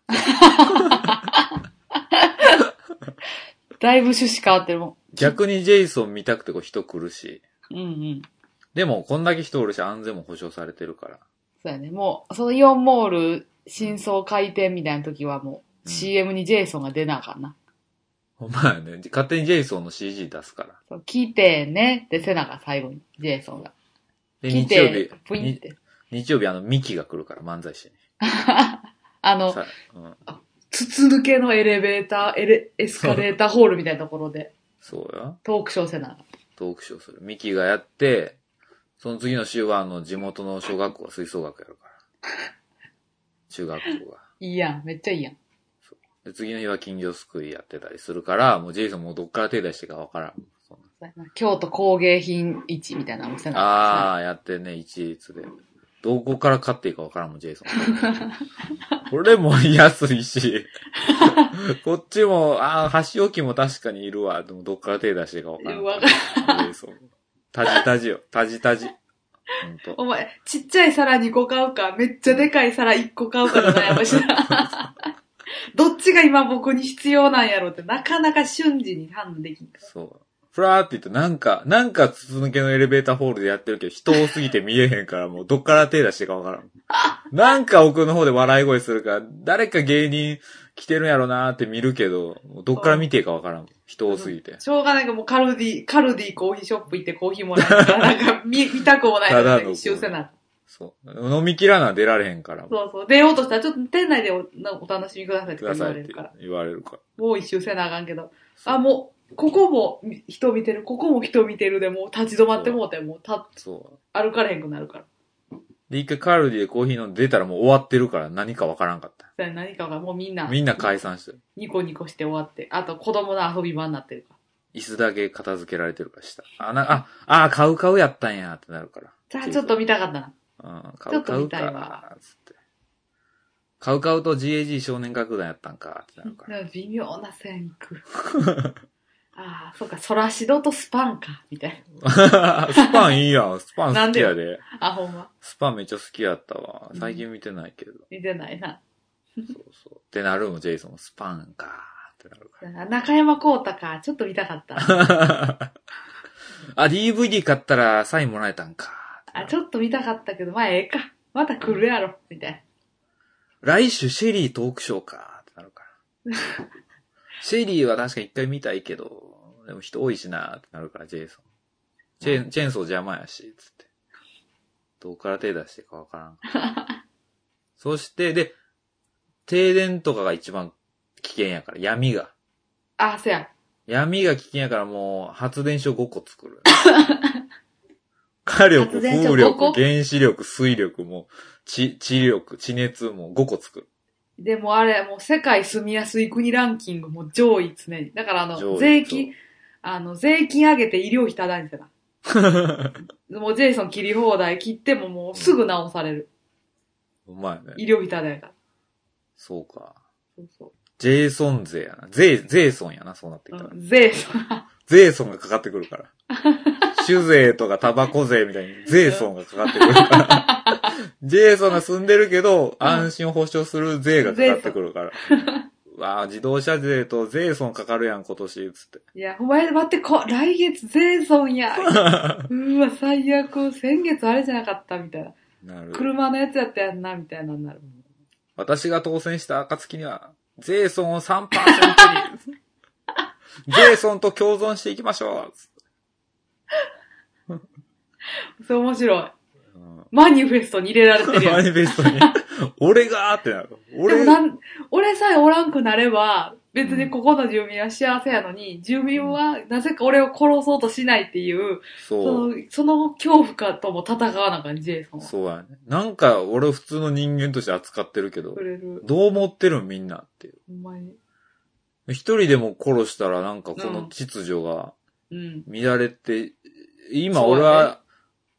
[SPEAKER 2] だいぶ趣旨変わってるも
[SPEAKER 1] 逆にジェイソン見たくてこう人来るし。
[SPEAKER 2] ん。うんうん。
[SPEAKER 1] でも、こんだけ人おるし、安全も保障されてるから。
[SPEAKER 2] そうやね。もう、そのイオンモール、真相開店みたいな時はも
[SPEAKER 1] う
[SPEAKER 2] う、
[SPEAKER 1] ん
[SPEAKER 2] CM にジェイソンが出なあかんな。
[SPEAKER 1] ほんまやね。勝手にジェイソンの CG 出すから。
[SPEAKER 2] そう来てねってセナが最後に、ジェイソンが。
[SPEAKER 1] で、
[SPEAKER 2] 来
[SPEAKER 1] 日曜
[SPEAKER 2] て
[SPEAKER 1] 日、、
[SPEAKER 2] プインっ
[SPEAKER 1] に
[SPEAKER 2] て。
[SPEAKER 1] 日曜日あの、ミキが来るから、漫才師に。
[SPEAKER 2] あの、
[SPEAKER 1] さ、うん。
[SPEAKER 2] 筒抜けのエレベーター、エレ、エスカレーターホールみたいなところで、
[SPEAKER 1] そうよ。
[SPEAKER 2] トークショーセナが。
[SPEAKER 1] トークショーする。ミキがやって、その次の週はあの、地元の小学校が吹奏楽やるから。中学校が。
[SPEAKER 2] いいやん、めっちゃいいやん。
[SPEAKER 1] で、次の日は金魚すくいやってたりするから、もうジェイソンもうどっから手出していいかわからん。そんな
[SPEAKER 2] そうやな京都工芸品市みたいなのもセナが。あ。
[SPEAKER 1] ああ、やってんね、一律で。どこから勝っていいかわからんもん、ジェイ ソン。これも安いし、こっちも、ああ、箸置きも確かにいるわ。でもどっから手出していいかわからん。
[SPEAKER 2] わかる
[SPEAKER 1] ジェイソン。タジタジよ。タジタジ。ほんと。
[SPEAKER 2] お前、ちっちゃい皿2個買うか、めっちゃでかい皿1個買うかじゃないましな。どっちが今僕に必要なんやろうって、なかなか瞬時に判断できん。
[SPEAKER 1] そう。ふらーって言って、なんか、なんか筒抜けのエレベーターホールでやってるけど、人多すぎて見えへんから、もうどっから手出していいかわからん。なんか奥の方で笑い声するから、誰か芸人来てるんやろなーって見るけど、もうどっから見ていいかわからん。人多すぎて。
[SPEAKER 2] しょうがないかもうカルディ、カルディコーヒーショップ行ってコーヒーもらったら、なんか見、見たくもない
[SPEAKER 1] ただの
[SPEAKER 2] 一周せな。
[SPEAKER 1] そう。飲み切らな出られへんから。
[SPEAKER 2] そうそう。出ようとしたら、ちょっと店内でおお楽しみくださいと
[SPEAKER 1] く
[SPEAKER 2] か
[SPEAKER 1] だ
[SPEAKER 2] 言
[SPEAKER 1] さ
[SPEAKER 2] わ
[SPEAKER 1] い
[SPEAKER 2] れ
[SPEAKER 1] って
[SPEAKER 2] るから。
[SPEAKER 1] 言われるから。
[SPEAKER 2] もう一周せなあかんけど。
[SPEAKER 1] そう
[SPEAKER 2] あ、もう、ここも人見てる、ここも人見てるで、もう立ち止まってもうて、もうた
[SPEAKER 1] そ
[SPEAKER 2] 歩かれへんくなるから。
[SPEAKER 1] う。で、一回カルディでコーヒー飲んで出たらもう終わってるから何かわからんかった。
[SPEAKER 2] それ何かがもうみんな。
[SPEAKER 1] みんな解散してる。
[SPEAKER 2] ニコニコして終わって、あと子供の遊び場になってるから。
[SPEAKER 1] 椅子だけ片付けられてるからした。あ、な、あ、あ、買う買うやったんやってなるから。
[SPEAKER 2] じゃあちょっと見たかったな。
[SPEAKER 1] うん、
[SPEAKER 2] ち
[SPEAKER 1] 買
[SPEAKER 2] ょ
[SPEAKER 1] う買
[SPEAKER 2] っと
[SPEAKER 1] う
[SPEAKER 2] 見たいわ
[SPEAKER 1] か、つって。買う買うと GAG 少年楽団やったんか、ってなる から。
[SPEAKER 2] なんか微妙な線いく。 ああ、そっか、ソラシドとスパンか、みたい
[SPEAKER 1] スパンいいやん。スパン好きやで。
[SPEAKER 2] な。あ、ほんま。
[SPEAKER 1] スパンめっちゃ好きやったわ。最近見てないけど。
[SPEAKER 2] 見てないな。
[SPEAKER 1] そうそう。ってなるもん、ジェイソンもスパンか、ってなるか
[SPEAKER 2] 中山光太か、ちょっと見たかった。
[SPEAKER 1] ら。あ、DVD 買ったらサインもらえたんか。ってな
[SPEAKER 2] あ、
[SPEAKER 1] る
[SPEAKER 2] ちょっと見たかったけど、まあええか。また来るやろ、みたい
[SPEAKER 1] 来週シェリートークショーか、ってなるから。 シェリーは確か一回見たいけど、でも人多いしな、ってなるから、ジェイソン。チェーン、チェーンソー邪魔やし、つって。どこから手出していいかわから ん。そして、で、停電とかが一番危険やから、闇が。
[SPEAKER 2] な。あ、そや。
[SPEAKER 1] 闇が危険やからもう発電所5個作 る。火力、
[SPEAKER 2] 発電所
[SPEAKER 1] 風
[SPEAKER 2] 5
[SPEAKER 1] 力、
[SPEAKER 2] 個
[SPEAKER 1] 原子力、水力も、地、地力、地熱も5個作る。
[SPEAKER 2] でもあれ、もう世界住みやすい国ランキングも上位常に。だからあ
[SPEAKER 1] 上
[SPEAKER 2] の、
[SPEAKER 1] 位
[SPEAKER 2] 税金、あの、税金上げて医療費ただいてな。もうジェイソン切り放題切ってももうすぐ治される。
[SPEAKER 1] うまいね。
[SPEAKER 2] 医療費ただやから。
[SPEAKER 1] そうか。
[SPEAKER 2] そうそう。
[SPEAKER 1] ジェイソン税やな。ゼイ、ゼイソンやな、そうなってきたら。
[SPEAKER 2] 税、そう
[SPEAKER 1] ゼイソンがかかってくる から。酒税とかタバコ税みたいにゼイソンがかかってくるから。 ジェイソンが住んでるけど、
[SPEAKER 2] うん
[SPEAKER 1] 安心を保障する税がかかってくるから。うわあ自動車税とゼイソンかかるやん、今年、つって。
[SPEAKER 2] いや、お前待って、こ、来月税損や。うわ、最悪。先月あれじゃなかった、みたいな。
[SPEAKER 1] なる。
[SPEAKER 2] 車のやつやったやんな、みたいなのになる。
[SPEAKER 1] 私が当選した暁には、ゼイソンを3%に、 ゼイソンと共存していきましょうつって
[SPEAKER 2] それ面白い。
[SPEAKER 1] うん
[SPEAKER 2] マニフェストに入れられてるや
[SPEAKER 1] マ
[SPEAKER 2] ん。
[SPEAKER 1] ニフェストに。俺がーってなる。
[SPEAKER 2] でも
[SPEAKER 1] 俺、
[SPEAKER 2] なん、俺さえおらんくなれば、別にここの住民は幸せやのに、住民はなぜか俺を殺そうとしないっていう、
[SPEAKER 1] そう。
[SPEAKER 2] その、その恐怖かとも戦わなあかん、ジェイソンは。
[SPEAKER 1] そうやね。なんか俺を普通の人間として扱ってるけど
[SPEAKER 2] 触、れる。
[SPEAKER 1] どう思ってるんみんなっていう。
[SPEAKER 2] ほんまに。
[SPEAKER 1] 一人でも殺したらなんかこ
[SPEAKER 2] う
[SPEAKER 1] の
[SPEAKER 2] ん
[SPEAKER 1] 秩序が
[SPEAKER 2] うん。
[SPEAKER 1] 乱れて、今
[SPEAKER 2] そうやね
[SPEAKER 1] 俺は、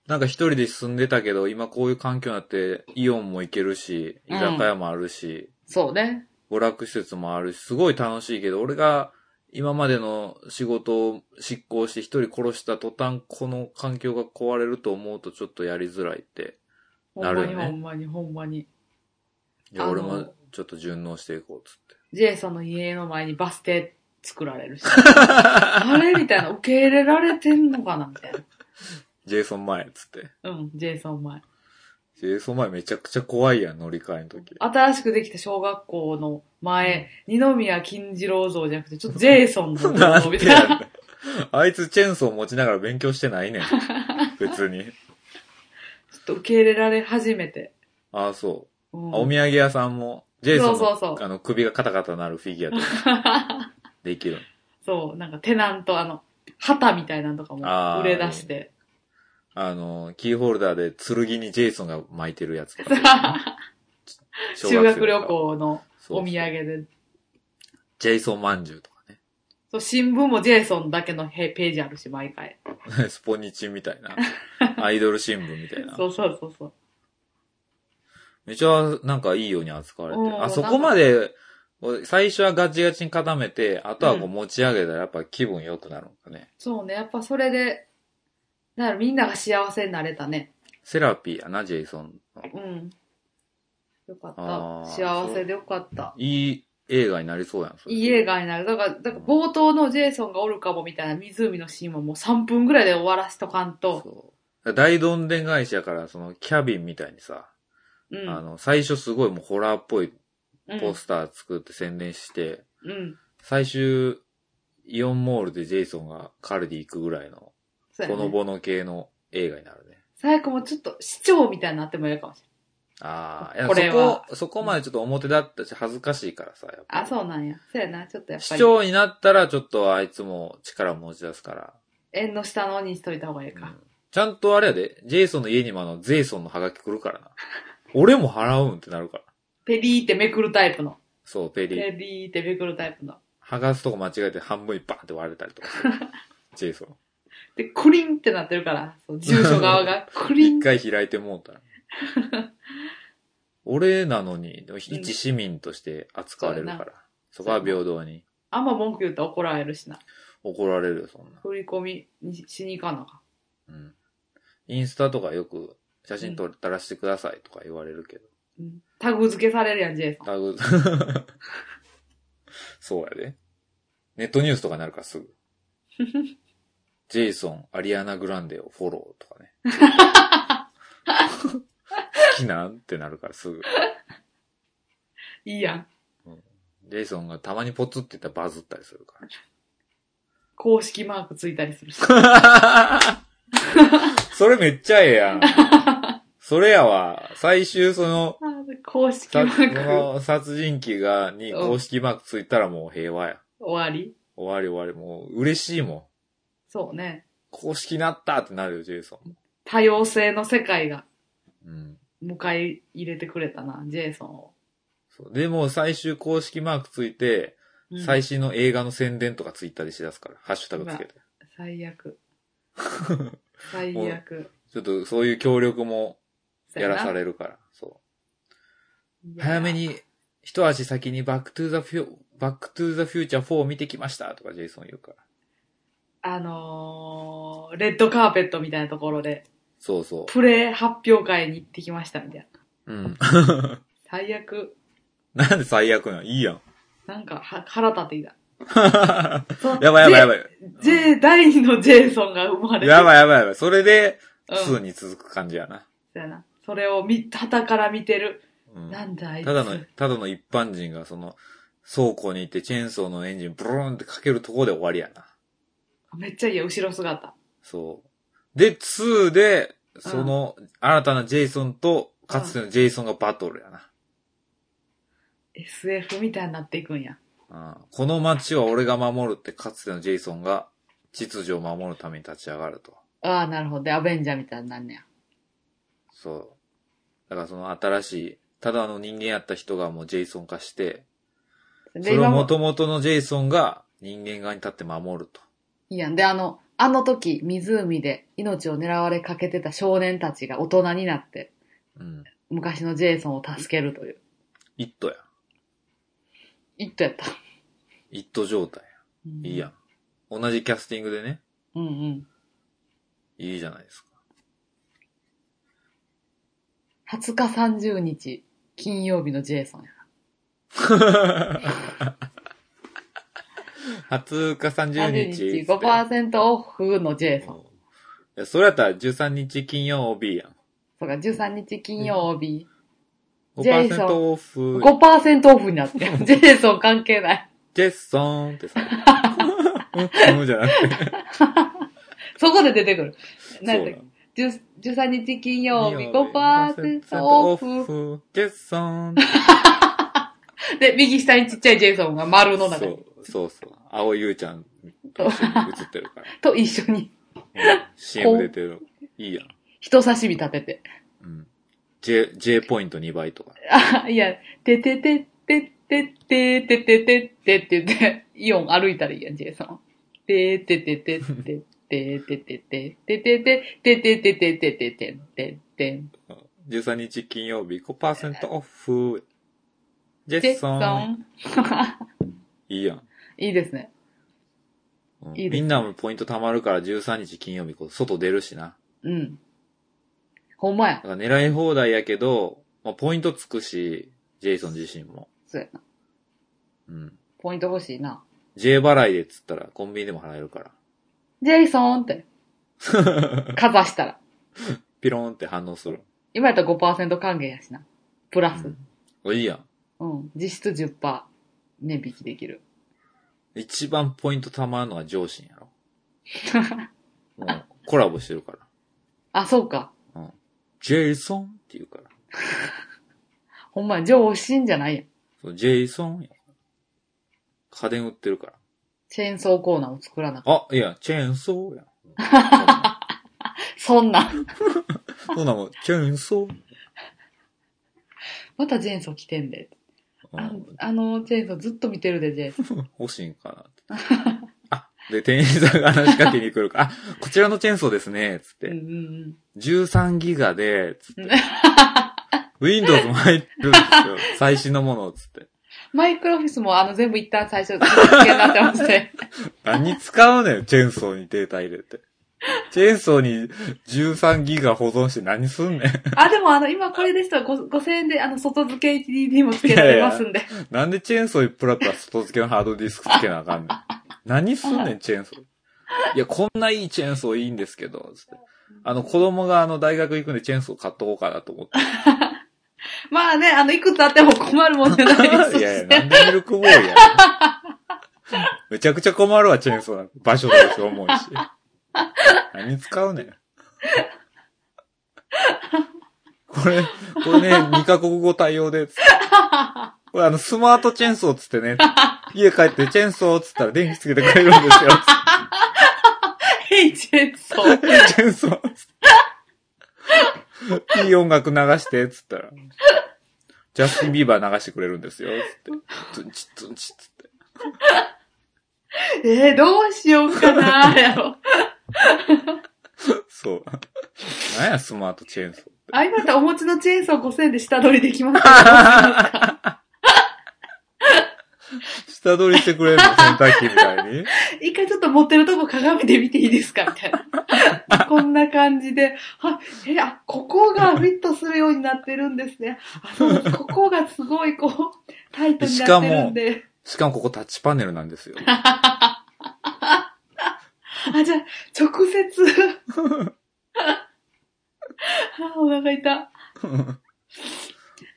[SPEAKER 1] なんか一人で住んでたけど、今こういう環境になって、イオンも行けるし、居
[SPEAKER 2] うん
[SPEAKER 1] 酒屋もあるし、
[SPEAKER 2] そうね。
[SPEAKER 1] 娯楽施設もあるし、すごい楽しいけど、俺が今までの仕事を執行して一人殺した途端、この環境が壊れると思うとちょっとやりづらいって。
[SPEAKER 2] ほんま
[SPEAKER 1] なる
[SPEAKER 2] に
[SPEAKER 1] よね
[SPEAKER 2] ほんまにほんまに。
[SPEAKER 1] いや、
[SPEAKER 2] あの
[SPEAKER 1] 俺もちょっと順応していこうっつって。
[SPEAKER 2] ジェイソンの家の前にバス停作 られるし。あれみたいな。受け入れられてんのかなみたい
[SPEAKER 1] ジェイソン前っつって。
[SPEAKER 2] な。うん、ジェイソン前。
[SPEAKER 1] ジェイソン前めちゃくちゃ怖いやん、乗り換えの時。
[SPEAKER 2] 新しくできた小学校の前、二宮金次郎像じゃなくて、ちょっとジェイソン像
[SPEAKER 1] な
[SPEAKER 2] 像
[SPEAKER 1] ん
[SPEAKER 2] み
[SPEAKER 1] て
[SPEAKER 2] た
[SPEAKER 1] や
[SPEAKER 2] いな。
[SPEAKER 1] ねんあいつチェーンソー持ちながら勉強してないねん。別に。
[SPEAKER 2] ちょっと受け入れられ始めて。
[SPEAKER 1] ああ、そうう。
[SPEAKER 2] ん
[SPEAKER 1] あお土産屋さんも、ジェイソンの
[SPEAKER 2] そうそうそう
[SPEAKER 1] あの首がカタカタなるフィギュアとか できる。
[SPEAKER 2] そう、なんかテナント、あの、旗みたいなのとかも
[SPEAKER 1] あー
[SPEAKER 2] 売れ出して。
[SPEAKER 1] あの、キーホルダーで剣にジェイソンが巻いてるやつと か。
[SPEAKER 2] 修
[SPEAKER 1] 小
[SPEAKER 2] 学
[SPEAKER 1] 生
[SPEAKER 2] 旅
[SPEAKER 1] とか。
[SPEAKER 2] 行の
[SPEAKER 1] そう
[SPEAKER 2] お土産で。
[SPEAKER 1] ジェイソンまんじゅうとか
[SPEAKER 2] そう、新聞もジェイソンだけのへページあるし、毎回。
[SPEAKER 1] ね。スポニチみた いな。アイドル新聞みたいな。
[SPEAKER 2] そうそうそうそう。
[SPEAKER 1] めちゃなんかいいように扱われて
[SPEAKER 2] う。ん
[SPEAKER 1] あそこまで、最初はガチガチに固めて、あとはこう持ち上げたらやっぱ気分良くなるんだね。
[SPEAKER 2] そうね、やっぱそれで、だからみんなが幸せになれたね。
[SPEAKER 1] セラピーやな、ジェイソンの。
[SPEAKER 2] うん。よかっ
[SPEAKER 1] あー
[SPEAKER 2] た。幸せでよかった。
[SPEAKER 1] いい映画になりそうやん、それ
[SPEAKER 2] いい映。画になる。だから、だから冒頭のジェイソンがおるかもみたいな湖のシーンはもう3分ぐらいで終わらしとかんと。
[SPEAKER 1] そう。大どんでん返しやから、そのキャビンみたいにさ、
[SPEAKER 2] う
[SPEAKER 1] あ
[SPEAKER 2] ん。
[SPEAKER 1] の、最初すごいもうホラーっぽい
[SPEAKER 2] うん
[SPEAKER 1] ポスター作って宣伝して、
[SPEAKER 2] うん。
[SPEAKER 1] 最終、イオンモールでジェイソンがカルディ行くぐらいの、
[SPEAKER 2] そう
[SPEAKER 1] ほ
[SPEAKER 2] や
[SPEAKER 1] の
[SPEAKER 2] ね。
[SPEAKER 1] ぼの系の映画になるね。
[SPEAKER 2] 最悪もちょっと市長みたいになってもいいかもし
[SPEAKER 1] ああ、
[SPEAKER 2] こ
[SPEAKER 1] い
[SPEAKER 2] れ
[SPEAKER 1] やそ
[SPEAKER 2] は
[SPEAKER 1] こ、そこまでちょっと表だったし恥ずかしいからさ、やっ
[SPEAKER 2] れん。
[SPEAKER 1] ぱ
[SPEAKER 2] あ、そうなんや。そうやな。ちょっとやっぱ
[SPEAKER 1] 市
[SPEAKER 2] り。
[SPEAKER 1] 長になったらちょっとあいつも力を持ち出すから。
[SPEAKER 2] 縁の下のにしといた方がいいうか。
[SPEAKER 1] んちゃんとあれやで、ジェイソンの家にもあの、ジェイソンのハガキ来るからな。俺も払うんってなるから。
[SPEAKER 2] ペリーってめくるタイプの。
[SPEAKER 1] そう、ペリー。
[SPEAKER 2] ペリーってめくるタイプの。
[SPEAKER 1] 剥がすとこ間違えて半分にバーンって割れたりとか する。ジェイソン。
[SPEAKER 2] で、クリンってなってるから、そう住所 側が。クリン
[SPEAKER 1] 一。回開いてもうた ら。俺なのに、でも
[SPEAKER 2] うん
[SPEAKER 1] 一市民として扱われるから。そこは平等に
[SPEAKER 2] あんま文句言ったら怒られるしな。
[SPEAKER 1] 怒られるよ、そんな。
[SPEAKER 2] 振り込みにしに行かなあかん。
[SPEAKER 1] うん。インスタとかよく写真撮ったらしてくださいとか言われるけど。
[SPEAKER 2] うんタグ付けされるやん、ジェイソン。
[SPEAKER 1] タグ、 そうやで。ネットニュースとかになるからす ぐ。ジェイソン、アリアナ・グランデをフォローとか ね。好きなんってなるからすぐ。
[SPEAKER 2] いいやん。
[SPEAKER 1] ジェイソンがたまにポツって言ったらバズったりするから。
[SPEAKER 2] 公式マークついたり するし。
[SPEAKER 1] それめっちゃええやん。それやわ。最終その、
[SPEAKER 2] あー公式マ
[SPEAKER 1] さそ
[SPEAKER 2] ーク
[SPEAKER 1] の殺人鬼が、に公式マークついたらもう平和や。
[SPEAKER 2] 終わり
[SPEAKER 1] 終わり終わり。もう嬉しいもん。
[SPEAKER 2] そうね。
[SPEAKER 1] 公式なったってなるよ、ジェイソ
[SPEAKER 2] 多様性の世界が
[SPEAKER 1] ン。うん。
[SPEAKER 2] 迎え入れてくれたな、ジェイソンを。
[SPEAKER 1] そうでも最終公式マークついて、
[SPEAKER 2] うん
[SPEAKER 1] 最新の映画の宣伝とかツイッターでしだすから、ハッシュタグつけて。
[SPEAKER 2] 最 悪。最悪。
[SPEAKER 1] ちょっとそういう協力もやらされるから、そう。
[SPEAKER 2] いや
[SPEAKER 1] 早め。に、一足先にバックトゥーザフュー、バックトゥーザフューチャー4を見てきましたとかジェイソン言うから。
[SPEAKER 2] あのー、レッドカーペットみたいなところで、
[SPEAKER 1] そうそ
[SPEAKER 2] プレイ発表会に行ってきましたみたいな。
[SPEAKER 1] う。うん。
[SPEAKER 2] 最悪。
[SPEAKER 1] なんで最悪なんいいやん。
[SPEAKER 2] なんか、は腹立ってきた。そう
[SPEAKER 1] やばいやばいやばい。
[SPEAKER 2] ジェイ、第二のジェイソンが生まれて
[SPEAKER 1] やばいやばいやばい。それで、
[SPEAKER 2] うん
[SPEAKER 1] 2に続く感じやな。
[SPEAKER 2] そうやな。それを見、旗から見てる。
[SPEAKER 1] うん。
[SPEAKER 2] なんだあいつ。
[SPEAKER 1] ただの、ただの一般人がその、倉庫に行ってチェーンソーのエンジンブルーンってかけるとこで終わりやな。
[SPEAKER 2] めっちゃいいよ、後ろ姿。
[SPEAKER 1] そう。で、2で、その、新たなジェイソンと、かつてのジェイソンがバトルやな。
[SPEAKER 2] SF みたいになっていくんや。
[SPEAKER 1] うんこの街は俺が守るって、かつてのジェイソンが、秩序を守るために立ち上がると。
[SPEAKER 2] ああ、なるほど。で、アベンジャーみたいになんねや。
[SPEAKER 1] そう。だからその新しい、ただの人間やった人がもうジェイソン化して、そ
[SPEAKER 2] で、
[SPEAKER 1] れを
[SPEAKER 2] 今も、
[SPEAKER 1] 元々のジェイソンが人間側に立って守ると。
[SPEAKER 2] いいやん。で、あの、あの時、湖で命を狙われかけてた少年たちが大人になって、
[SPEAKER 1] うん。
[SPEAKER 2] 昔のジェイソンを助けるという。
[SPEAKER 1] イットや。
[SPEAKER 2] 一途やった。
[SPEAKER 1] イット状態
[SPEAKER 2] うん
[SPEAKER 1] や。いいやん。同じキャスティングでね、
[SPEAKER 2] うんうん。
[SPEAKER 1] いいじゃないですか。
[SPEAKER 2] 20日30日、金曜日のジェイソンや。
[SPEAKER 1] 20日30日。
[SPEAKER 2] 30日5%オフのジェイソン。
[SPEAKER 1] うんいやそれやったら13日金曜日やん。
[SPEAKER 2] そうか、13日金曜日。ジェイソ
[SPEAKER 1] 5%
[SPEAKER 2] ン
[SPEAKER 1] オフ。
[SPEAKER 2] 5%オフにな ってる。ジェイソン関係ない。
[SPEAKER 1] ジェイソンって さ。うん、じゃなくて。
[SPEAKER 2] そこで出てくる。なん
[SPEAKER 1] そう
[SPEAKER 2] だっ
[SPEAKER 1] なの
[SPEAKER 2] け10 13日金曜日
[SPEAKER 1] 5%
[SPEAKER 2] 5%オフ。
[SPEAKER 1] フ。ジェイソン。
[SPEAKER 2] で、右下にちっちゃいジェイソンが丸の中
[SPEAKER 1] そ
[SPEAKER 2] に。
[SPEAKER 1] う、そうそう。青いゆうちゃんと一緒に映ってるか
[SPEAKER 2] と一緒に
[SPEAKER 1] ら。うん CM 出てる。いいやん。
[SPEAKER 2] 人差し指立てて。
[SPEAKER 1] うん。J、J ポイント2倍とか。
[SPEAKER 2] あ、いや、ててててててててててって言って、イオン歩いたらいいやん、ジェイソン。てててててててててててててててててててててて
[SPEAKER 1] 13日金曜日5%オフ。ジ
[SPEAKER 2] ジェ
[SPEAKER 1] ェイ
[SPEAKER 2] イソ
[SPEAKER 1] ソン。
[SPEAKER 2] ン。
[SPEAKER 1] いいやん。
[SPEAKER 2] いいですね。
[SPEAKER 1] うん
[SPEAKER 2] いいです
[SPEAKER 1] みんなもポイント貯まるから13日金曜日、こう外出るしな。
[SPEAKER 2] うん。ほんまや
[SPEAKER 1] だ。から狙い放題やけど、まあ、ポイントつくし、ジェイソン自身も。
[SPEAKER 2] そうやな。
[SPEAKER 1] うん。
[SPEAKER 2] ポイント欲しいな。
[SPEAKER 1] J 払いでっつったらコンビニでも払えるから。
[SPEAKER 2] ジェイソ ンって。かざしたら。
[SPEAKER 1] ピローンって反応する。
[SPEAKER 2] 今やったら5%還元やしな。プラス。
[SPEAKER 1] うん、いいやん。
[SPEAKER 2] うん。実質10%値引きできる。
[SPEAKER 1] 一番ポイント貯まるのは上司 やろ。もうコラボしてるから。
[SPEAKER 2] あ、そうか。
[SPEAKER 1] ジェイソンって言うから。
[SPEAKER 2] ほんまや、上心じゃないやん。
[SPEAKER 1] そうジェイソンやから家電売ってるから。
[SPEAKER 2] チェーンソーコーナーを作らなかっ
[SPEAKER 1] あ、いや、チェーンソーやん。そんな
[SPEAKER 2] た。そんな。
[SPEAKER 1] そうなもん、チェーンソー。
[SPEAKER 2] またジェイソン来てんで。
[SPEAKER 1] う
[SPEAKER 2] あ
[SPEAKER 1] ん、
[SPEAKER 2] あの、ジェイソンずっと見てるで、ジェイソン。
[SPEAKER 1] 欲しいんかなって。 あ、で、店員さんが話しかけに来るから、あ、こちらのチェーンソーですね、つっ
[SPEAKER 2] うん
[SPEAKER 1] て。
[SPEAKER 2] うん
[SPEAKER 1] 13ギガで、つって。Windows も入ってるんですよ。最新のもの、つって。
[SPEAKER 2] うん。マイクロオフィスもあの全部一旦最初、付けになってまして。
[SPEAKER 1] 何使うねん、チェーンソーにデータ入れて。チェーンソーに13ギガ保存して何すんねん。
[SPEAKER 2] あ、でもあの、今これですとご5000円であの、外付け HDD も付けられま すんで。
[SPEAKER 1] なんでチェーンソーにプラプラ外付けのハードディスク付けなあかんねん。何すんねん、チェーンソー。いや、こんないいチェーンソーいいんですけど、つって。あの、子供があの、大学行くんでチェーンソー買っとこうかなと思って。
[SPEAKER 2] まあね、あの、いくつあっても困るもんじゃないですし、
[SPEAKER 1] いやいや、な んでミルクボーイやねん。めちゃくちゃ困るわ、チェーンソーなんか。場所だし、思うし。何使うねん。これ、これね、2カ国語対応で、つってこれあの、スマートチェーンソーっつってね、家帰ってチェーンソーっつったら電気つけてくれるんですよ、
[SPEAKER 2] ヘイジェイソン。
[SPEAKER 1] チェーンソーっつって。いい音楽流して、っつったら。ジャスティン・ビーバー流してくれるんですよ、つって。ツンチツンチっつって。
[SPEAKER 2] えー、どうしようかな、やろ。
[SPEAKER 1] そう。なんや、スマートチェーンソーって。
[SPEAKER 2] あ、今だったらお持ちのチェーンソー5000円で下取りできます。
[SPEAKER 1] 下取りしてくれるの洗濯機みたいに。
[SPEAKER 2] 一回ちょっと持ってるとこ鏡で見ていいですかみたいな。こんな感じで、あ、え、あ、ここがフィットするようになってるんですね。あそうですここがすごいこう、タイトになってるんで。
[SPEAKER 1] しかもここタッチパネルなんですよ。
[SPEAKER 2] あ、じゃあ、直接。あ、お腹痛。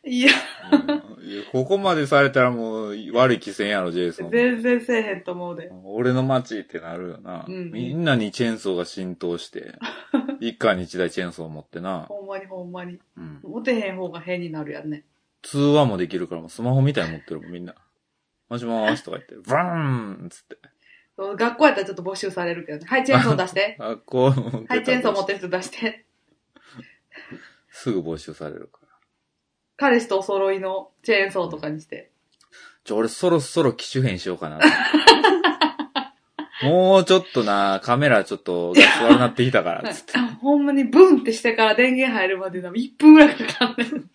[SPEAKER 2] いや、
[SPEAKER 1] うんいやここまでされたらもう悪い気せんやろ、ジェイソン。
[SPEAKER 2] 全然せえへんと思うで。
[SPEAKER 1] 俺の街ってなるよな。
[SPEAKER 2] うん
[SPEAKER 1] みんなにチェーンソーが浸透して。一家に一台チェーンソー持ってな。
[SPEAKER 2] ほんまにほんまに。
[SPEAKER 1] うん。
[SPEAKER 2] 持てへん方が変になるやんね。
[SPEAKER 1] 通話もできるからもうスマホみたいに持ってるもん、みんな。もしもーしとか言って、ブラーンっつって。
[SPEAKER 2] そう学校やったらちょっと募集されるけどね。はい、チェーンソー出して。
[SPEAKER 1] あ、こう。
[SPEAKER 2] はい、チェーンソー持ってる人出して。
[SPEAKER 1] すぐ募集されるから。
[SPEAKER 2] 彼氏とお揃いのチェーンソーとかにして。
[SPEAKER 1] ちょ、俺そろそろ機種変しようかな。もうちょっと な、カメラちょっとガチ悪なってきたから、つって。
[SPEAKER 2] あほんまにブンってしてから電源入るまでな1分ぐらいかかんねん。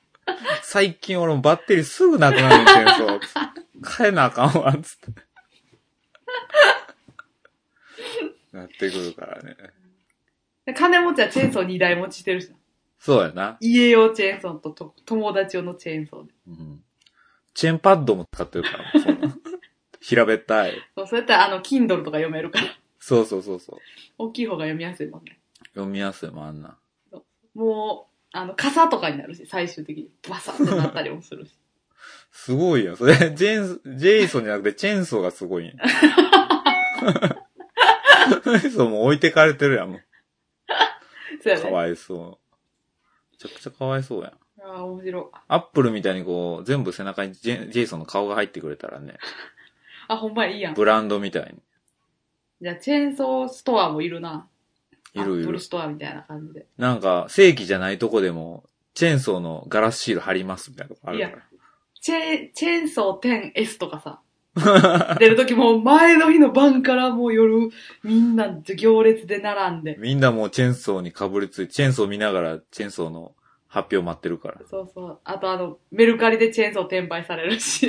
[SPEAKER 1] 最近俺もバッテリーすぐなくなるんですよ、つって変えなあかんわ、つって。なってくるからね。
[SPEAKER 2] で金持ちはチェーンソー2台持ちしてるしな。
[SPEAKER 1] そうやな。
[SPEAKER 2] 家用チェーンソーとと友達用のチェーンソーで。
[SPEAKER 1] うん。チェーンパッドも使ってるからもうそんな、平べったい。
[SPEAKER 2] そうそうやったらあの、Kindle とか読めるから。
[SPEAKER 1] そうそうそうそう。
[SPEAKER 2] 大きい方が読みやすいもんね。
[SPEAKER 1] 読みやすいもんあんな。
[SPEAKER 2] もう、あの、傘とかになるし、最終的にバサってなったりもするし。
[SPEAKER 1] すごいやん。それ、ジェン、ジェイソンじゃなくてチェーンソーがすごいんや。ジェイソーもう置いてかれてるやん、もう。
[SPEAKER 2] そうや
[SPEAKER 1] か
[SPEAKER 2] ね。
[SPEAKER 1] わいそう。めちゃくちゃかわいそうやん。
[SPEAKER 2] ああ、面白い。
[SPEAKER 1] アップルみたいにこう、全部背中にジェジェイソンの顔が入ってくれたらね、
[SPEAKER 2] あ、ほんまいいやん。
[SPEAKER 1] ブランドみたい
[SPEAKER 2] じゃあ、チェーンソーストアもいるな。
[SPEAKER 1] に。いるい
[SPEAKER 2] アップル
[SPEAKER 1] る。
[SPEAKER 2] ストアみたいな感じで。
[SPEAKER 1] なんか、正規じゃないとこでも、チェーンソーのガラスシール貼りますみたいなとこあるから。
[SPEAKER 2] チェーン、チェーンソー 10S と かさ。出るときもう前の日の晩からもう夜、みんな行列で並んで。
[SPEAKER 1] みんなもうチェーンソーにかぶりついて、チェーンソー見ながらチェーンソーの発表待ってるから。
[SPEAKER 2] そうそう。あとあの、メルカリでチェーンソー転売され るし。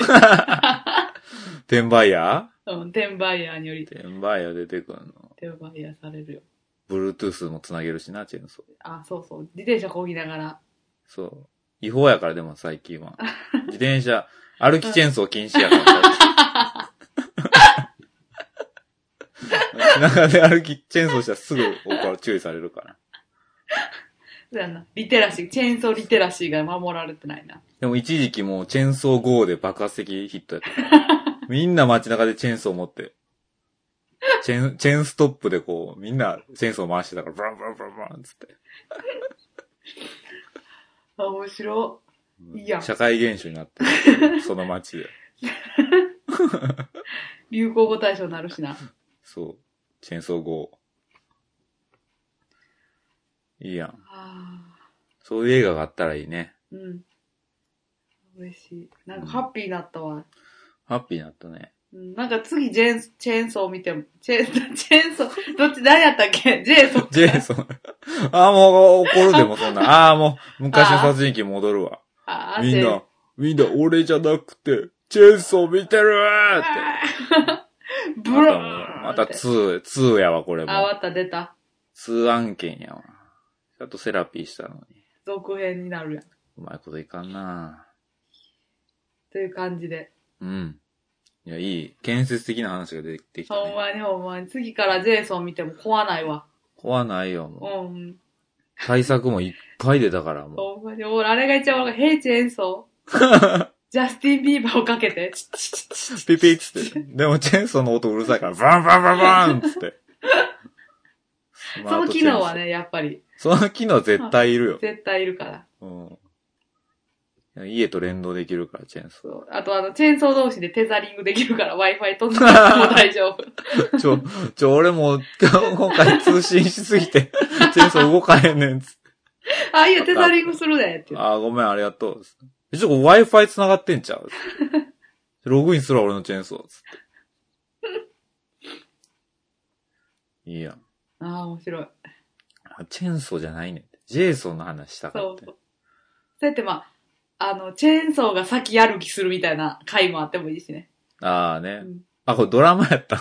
[SPEAKER 1] 転売屋
[SPEAKER 2] うん、転売ヤーにより
[SPEAKER 1] 転売屋出てくんの。
[SPEAKER 2] 転売ヤーされるよ。
[SPEAKER 1] Bluetooth もつなげるしな、チェーンソー。
[SPEAKER 2] あ、そうそう。自転車こぎながら。
[SPEAKER 1] そう。違法やからでも最近 は。自転車、歩きチェーンソー禁止やから。中で歩きチェーンソーしたらすぐ怒る注意されるから。
[SPEAKER 2] そうやな。リテラシー、チェーンソーリテラシーが守られてないな。
[SPEAKER 1] でも一時期もうチェーンソー GO で爆発的ヒットやったから。みんな街中でチェーンソー持って、チェーン、チェーンストップでこう、みんなチェーンソー回してたから、ブランブランブランブランっつって。
[SPEAKER 2] あ、面白いいやん
[SPEAKER 1] 社会現象になってる。その街で。
[SPEAKER 2] い。流行語大賞になるしな。
[SPEAKER 1] そう。チェーンソー GO。いいやん。
[SPEAKER 2] あ
[SPEAKER 1] そういう映画があったらいいね。
[SPEAKER 2] ーうん。嬉しい。なんかハッピーになったわ。
[SPEAKER 1] ハッピーになった ね。
[SPEAKER 2] うんなんか次チェーン、チェーンソー見ても、チェーン、チェーンソー、どっち、何やったっけジェーソー。
[SPEAKER 1] ジェイソン。ああ、もう怒るでもそん な。ああ、もう昔の殺人鬼戻るわ。
[SPEAKER 2] あー
[SPEAKER 1] みん。
[SPEAKER 2] ジェー
[SPEAKER 1] な、みんな俺じゃなくて、チェーンソー見てるーって。
[SPEAKER 2] ブ
[SPEAKER 1] また
[SPEAKER 2] ロ
[SPEAKER 1] もう
[SPEAKER 2] ー、
[SPEAKER 1] また2、2やわ、これも
[SPEAKER 2] あ、。また出た。
[SPEAKER 1] 2案件やわ。ちゃんとセラピーしたのに。
[SPEAKER 2] 続編になるやん。
[SPEAKER 1] うまいこといかんな
[SPEAKER 2] という感じで。
[SPEAKER 1] うん。いや、いい。建設的な話が出てきた
[SPEAKER 2] ほん
[SPEAKER 1] ね。
[SPEAKER 2] まにほんまに。次からジェイソン見ても壊ないわ。
[SPEAKER 1] 怖ないよ、もう。
[SPEAKER 2] うん。
[SPEAKER 1] 対策もいっぱい出たから、もう。
[SPEAKER 2] ほんまに。俺、あれが一番俺が、ヘイチェーンソー。ジャスティン・ビーバーをかけて、チッチッチッチッ
[SPEAKER 1] ピピッつって。でもチェーンソーの音うるさいから、バンバンバンバンっつって。そ
[SPEAKER 2] その機能は。ね、やっぱり、
[SPEAKER 1] その機能絶対いるよ。
[SPEAKER 2] 絶対いるから。
[SPEAKER 1] うん。家と連動できるから、チェーンソ
[SPEAKER 2] そう。あと、あの、チェーンソー同士でテザリングできるから Wi-Fi 飛んでも大丈夫。
[SPEAKER 1] ー。 ちょ、ちょ、俺もう、今回通信しすぎて、チェーンソー動かへんねんっつっ
[SPEAKER 2] あ、いいよ、テザリングするで、って
[SPEAKER 1] て。
[SPEAKER 2] 言って。
[SPEAKER 1] あーごめん、ありがとう。えちょ、これ Wi-Fi 繋がってんちゃう ログインするわ、俺のチェーンソー。つって。いいやん。
[SPEAKER 2] ああ、面白い。
[SPEAKER 1] あチェーンソーじゃないねんて。ジェイソンの話したか
[SPEAKER 2] そ
[SPEAKER 1] っ
[SPEAKER 2] う
[SPEAKER 1] て
[SPEAKER 2] そう。。そうやってまあ、あの、チェーンソーが先歩きするみたいな回もあってもいいしね。
[SPEAKER 1] ああね。
[SPEAKER 2] うん
[SPEAKER 1] あ、これドラマやった。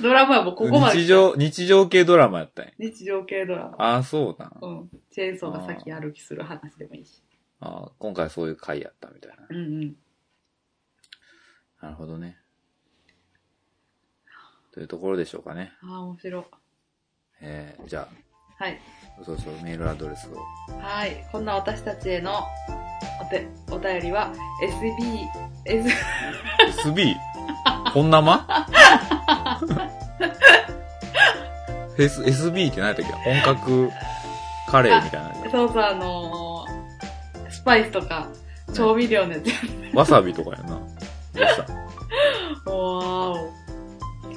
[SPEAKER 2] ドラマはもうここまで。
[SPEAKER 1] 日。常、日常系ドラマやったんや。
[SPEAKER 2] 日常系ドラマ。
[SPEAKER 1] ああ、そうなん。
[SPEAKER 2] うん。チェーンソーが先歩きする話でもいいし。
[SPEAKER 1] あー今回そういう回やったみたいな。
[SPEAKER 2] うんうん。
[SPEAKER 1] なるほどね。というところでしょうかね。
[SPEAKER 2] ああ、面白い。
[SPEAKER 1] えー、じゃ
[SPEAKER 2] はい。
[SPEAKER 1] あ、そろそろメールアドレスを。
[SPEAKER 2] はい。こんな私たちへのおてお便りは、SB、S、
[SPEAKER 1] SB? 本生 S、SB って何やったっけ本格カレーみたいなやつ。
[SPEAKER 2] そうそう、あのースパイスとか、調味料のやつ。
[SPEAKER 1] わさびとかやんな。わさ
[SPEAKER 2] おーお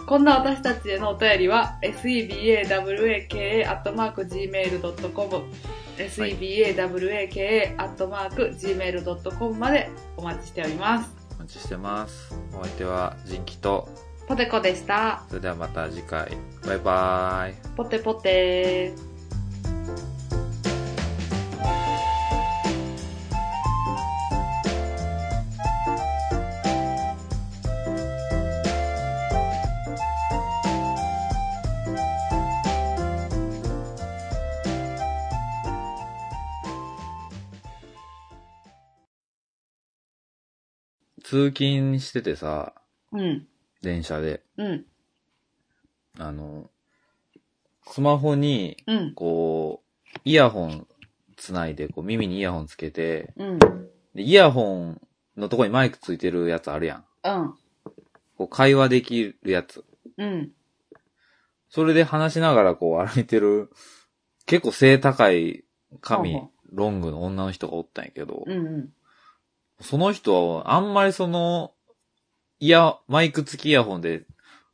[SPEAKER 2] こんな私たちへのお便りは、sebawaka.gmail.com、sebawaka.gmail.com までお待ちしております。
[SPEAKER 1] お待ちしてます。お相手は、ジンキと、
[SPEAKER 2] ポテコでした。
[SPEAKER 1] それではまた次回。バイバーイ。
[SPEAKER 2] ポテポテー。
[SPEAKER 1] 通勤しててさ、
[SPEAKER 2] うん。
[SPEAKER 1] 電車で、
[SPEAKER 2] うん。
[SPEAKER 1] あの、スマホに、
[SPEAKER 2] うん。
[SPEAKER 1] こう、イヤホンつないで、こう耳にイヤホンつけて、
[SPEAKER 2] うん。
[SPEAKER 1] でイヤホンのとこにマイクついてるやつあるやん。
[SPEAKER 2] うん。
[SPEAKER 1] こう会話できるやつ。
[SPEAKER 2] うん。
[SPEAKER 1] それで話しながらこう歩いてる、結構背高い
[SPEAKER 2] ほう
[SPEAKER 1] 髪
[SPEAKER 2] ほ、
[SPEAKER 1] ロングの女の人がおったんやけど、
[SPEAKER 2] うん。うん。
[SPEAKER 1] その人はあんまりその、イヤ、マイク付きイヤホンで、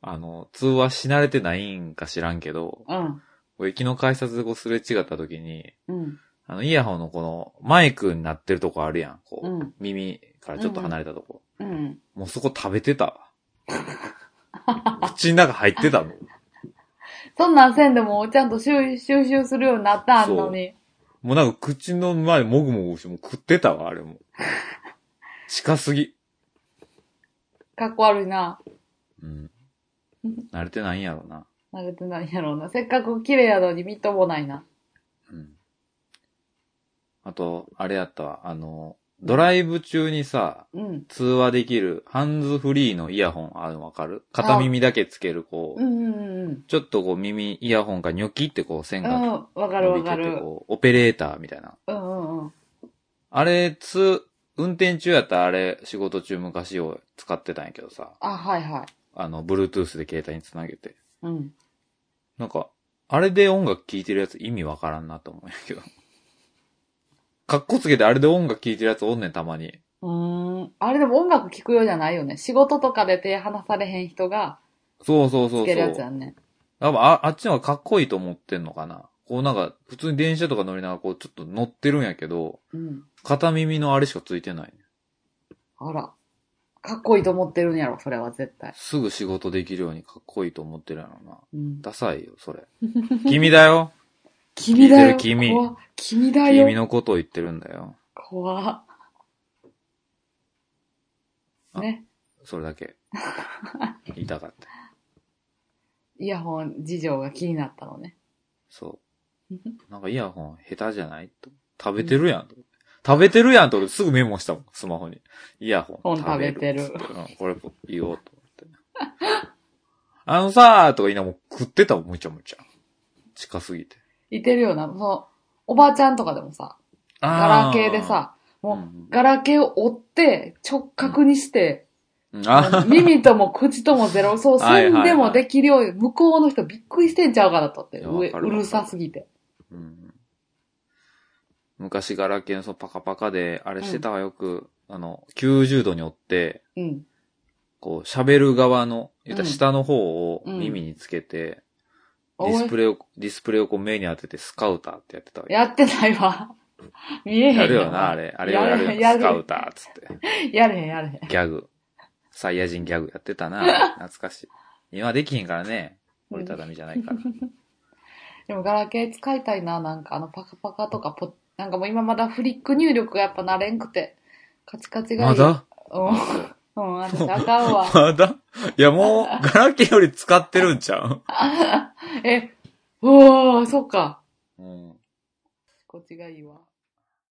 [SPEAKER 1] あの、通話し慣れてないんか知らんけど、
[SPEAKER 2] うん。
[SPEAKER 1] 駅の改札でこうすれ違った時に、
[SPEAKER 2] うん。
[SPEAKER 1] あの、イヤホンのこの、マイクになってるとこあるやん。こう、
[SPEAKER 2] うん
[SPEAKER 1] 耳からちょっと離れたとこ。
[SPEAKER 2] うん。
[SPEAKER 1] もうそこ食べてたわ。口の中入ってたの。
[SPEAKER 2] そんなんせんでも、ちゃんと収収集するようになったんのに。
[SPEAKER 1] もうなんか口の前もぐもぐして、もう食ってたわ、あれも。近すぎ。
[SPEAKER 2] かっこ悪いな。
[SPEAKER 1] うん。慣れてないんやろな。
[SPEAKER 2] 投げてないんやろうな。せっかく綺麗やのにみっともないな。
[SPEAKER 1] うん。あと、あれやったわ。あの、ドライブ中にさ、
[SPEAKER 2] うん。
[SPEAKER 1] 通話できる、ハンズフリーのイヤホン、あるのわかる片耳だけつける、こう、
[SPEAKER 2] うんうんうん。
[SPEAKER 1] ちょっとこう耳、イヤホンがニョキってこう線
[SPEAKER 2] う
[SPEAKER 1] が
[SPEAKER 2] ん、わかる
[SPEAKER 1] 伸
[SPEAKER 2] わ
[SPEAKER 1] びて
[SPEAKER 2] か
[SPEAKER 1] て、
[SPEAKER 2] る。
[SPEAKER 1] こう、オペレーターみたいな。
[SPEAKER 2] うんうんうん。
[SPEAKER 1] あれ、つ、運転中やったらあれ、仕事中昔を使ってたんやけどさ、
[SPEAKER 2] あ、はいはい。
[SPEAKER 1] あの、Bluetooth で携帯につなげて。
[SPEAKER 2] うん。
[SPEAKER 1] なんか、あれで音楽聴いてるやつ意味わからんなと思うんや けど。かっこつけてあれで音楽聴いてるやつおんねん、たまに。
[SPEAKER 2] うーん。あれでも音楽聴くようじゃないよね。仕事とかで手離されへん人が
[SPEAKER 1] そうそうそう
[SPEAKER 2] つ
[SPEAKER 1] そ
[SPEAKER 2] け
[SPEAKER 1] う。
[SPEAKER 2] るやつ
[SPEAKER 1] や
[SPEAKER 2] や
[SPEAKER 1] っ
[SPEAKER 2] んね。
[SPEAKER 1] ぱああっちの方がかっこいいと思ってんのかな。こうなんか、普通に電車とか乗りながらこうちょっと乗ってるんやけど、
[SPEAKER 2] うん。
[SPEAKER 1] 片耳のあれしかついてない。
[SPEAKER 2] あら。かっこいいと思ってるんやろ、それは絶対。
[SPEAKER 1] すぐ仕事できるようにかっこいいと思ってるやろな。
[SPEAKER 2] うん。
[SPEAKER 1] ダサいよ、 それ。君だよ。
[SPEAKER 2] 君だ
[SPEAKER 1] 聞い
[SPEAKER 2] よ。
[SPEAKER 1] てる君
[SPEAKER 2] 怖っ君だ
[SPEAKER 1] 君
[SPEAKER 2] よ。
[SPEAKER 1] のことを言ってるんだよ。
[SPEAKER 2] 怖っ
[SPEAKER 1] あ
[SPEAKER 2] ね。
[SPEAKER 1] それだ け。言いたかった。
[SPEAKER 2] イヤホン事情が気になったのね。
[SPEAKER 1] そう。なんかイヤホン下手じゃないと。食べてるやんと。食べてるやんと俺すぐメモしたもん、スマホに。イヤホン。
[SPEAKER 2] 本食べてる
[SPEAKER 1] 食べるうんこれ言おうと思って。あのさーとか言いながらもう食ってたもん、むちゃむちゃ。近すぎて。
[SPEAKER 2] いてるような、その、おばあちゃんとかでもさ、ガラケーでさ、
[SPEAKER 1] ー、
[SPEAKER 2] もう、
[SPEAKER 1] うん
[SPEAKER 2] ガラケーを折って、直角にして、
[SPEAKER 1] うん。 あ
[SPEAKER 2] 耳とも口ともゼロ、そう、
[SPEAKER 1] はいはい
[SPEAKER 2] 線
[SPEAKER 1] はい
[SPEAKER 2] でもできるように、向こうの人びっくりしてんちゃうかなとって、
[SPEAKER 1] いや
[SPEAKER 2] う
[SPEAKER 1] わかる
[SPEAKER 2] うるさすぎて。
[SPEAKER 1] うん昔ガラケーのそのパカパカで、あれしてたわよく、あの、90度に折って、
[SPEAKER 2] うん。
[SPEAKER 1] こう、喋る側の、言ったら
[SPEAKER 2] うん
[SPEAKER 1] 下の方を
[SPEAKER 2] うん
[SPEAKER 1] 耳につけて、
[SPEAKER 2] お
[SPEAKER 1] ディスプ
[SPEAKER 2] い
[SPEAKER 1] レイを、ディスプレイをこう目に当ててスカウターってやってたわよ。
[SPEAKER 2] やってないわ。 見えへん
[SPEAKER 1] やるよな、あ。れ。あれをやる
[SPEAKER 2] や
[SPEAKER 1] よ
[SPEAKER 2] る
[SPEAKER 1] スカウターっつって。
[SPEAKER 2] やれへん、やれへ
[SPEAKER 1] ギ
[SPEAKER 2] ん。
[SPEAKER 1] ャグ。サイヤ人ギャグやってた な。懐かしい。今できへんからね。折りたたみじゃないから。
[SPEAKER 2] でもガラケー使いたいな、なんかあのパカパカとかポなんかもう今まだフリック入力がやっぱ慣れんくて、カチカチがいい。
[SPEAKER 1] まだ
[SPEAKER 2] うん、うん、私あか んわ。
[SPEAKER 1] まだいや、もう、ガラケーより使ってるんちゃう
[SPEAKER 2] え、うおー、そっか。
[SPEAKER 1] うん。
[SPEAKER 2] こっちがいいわ。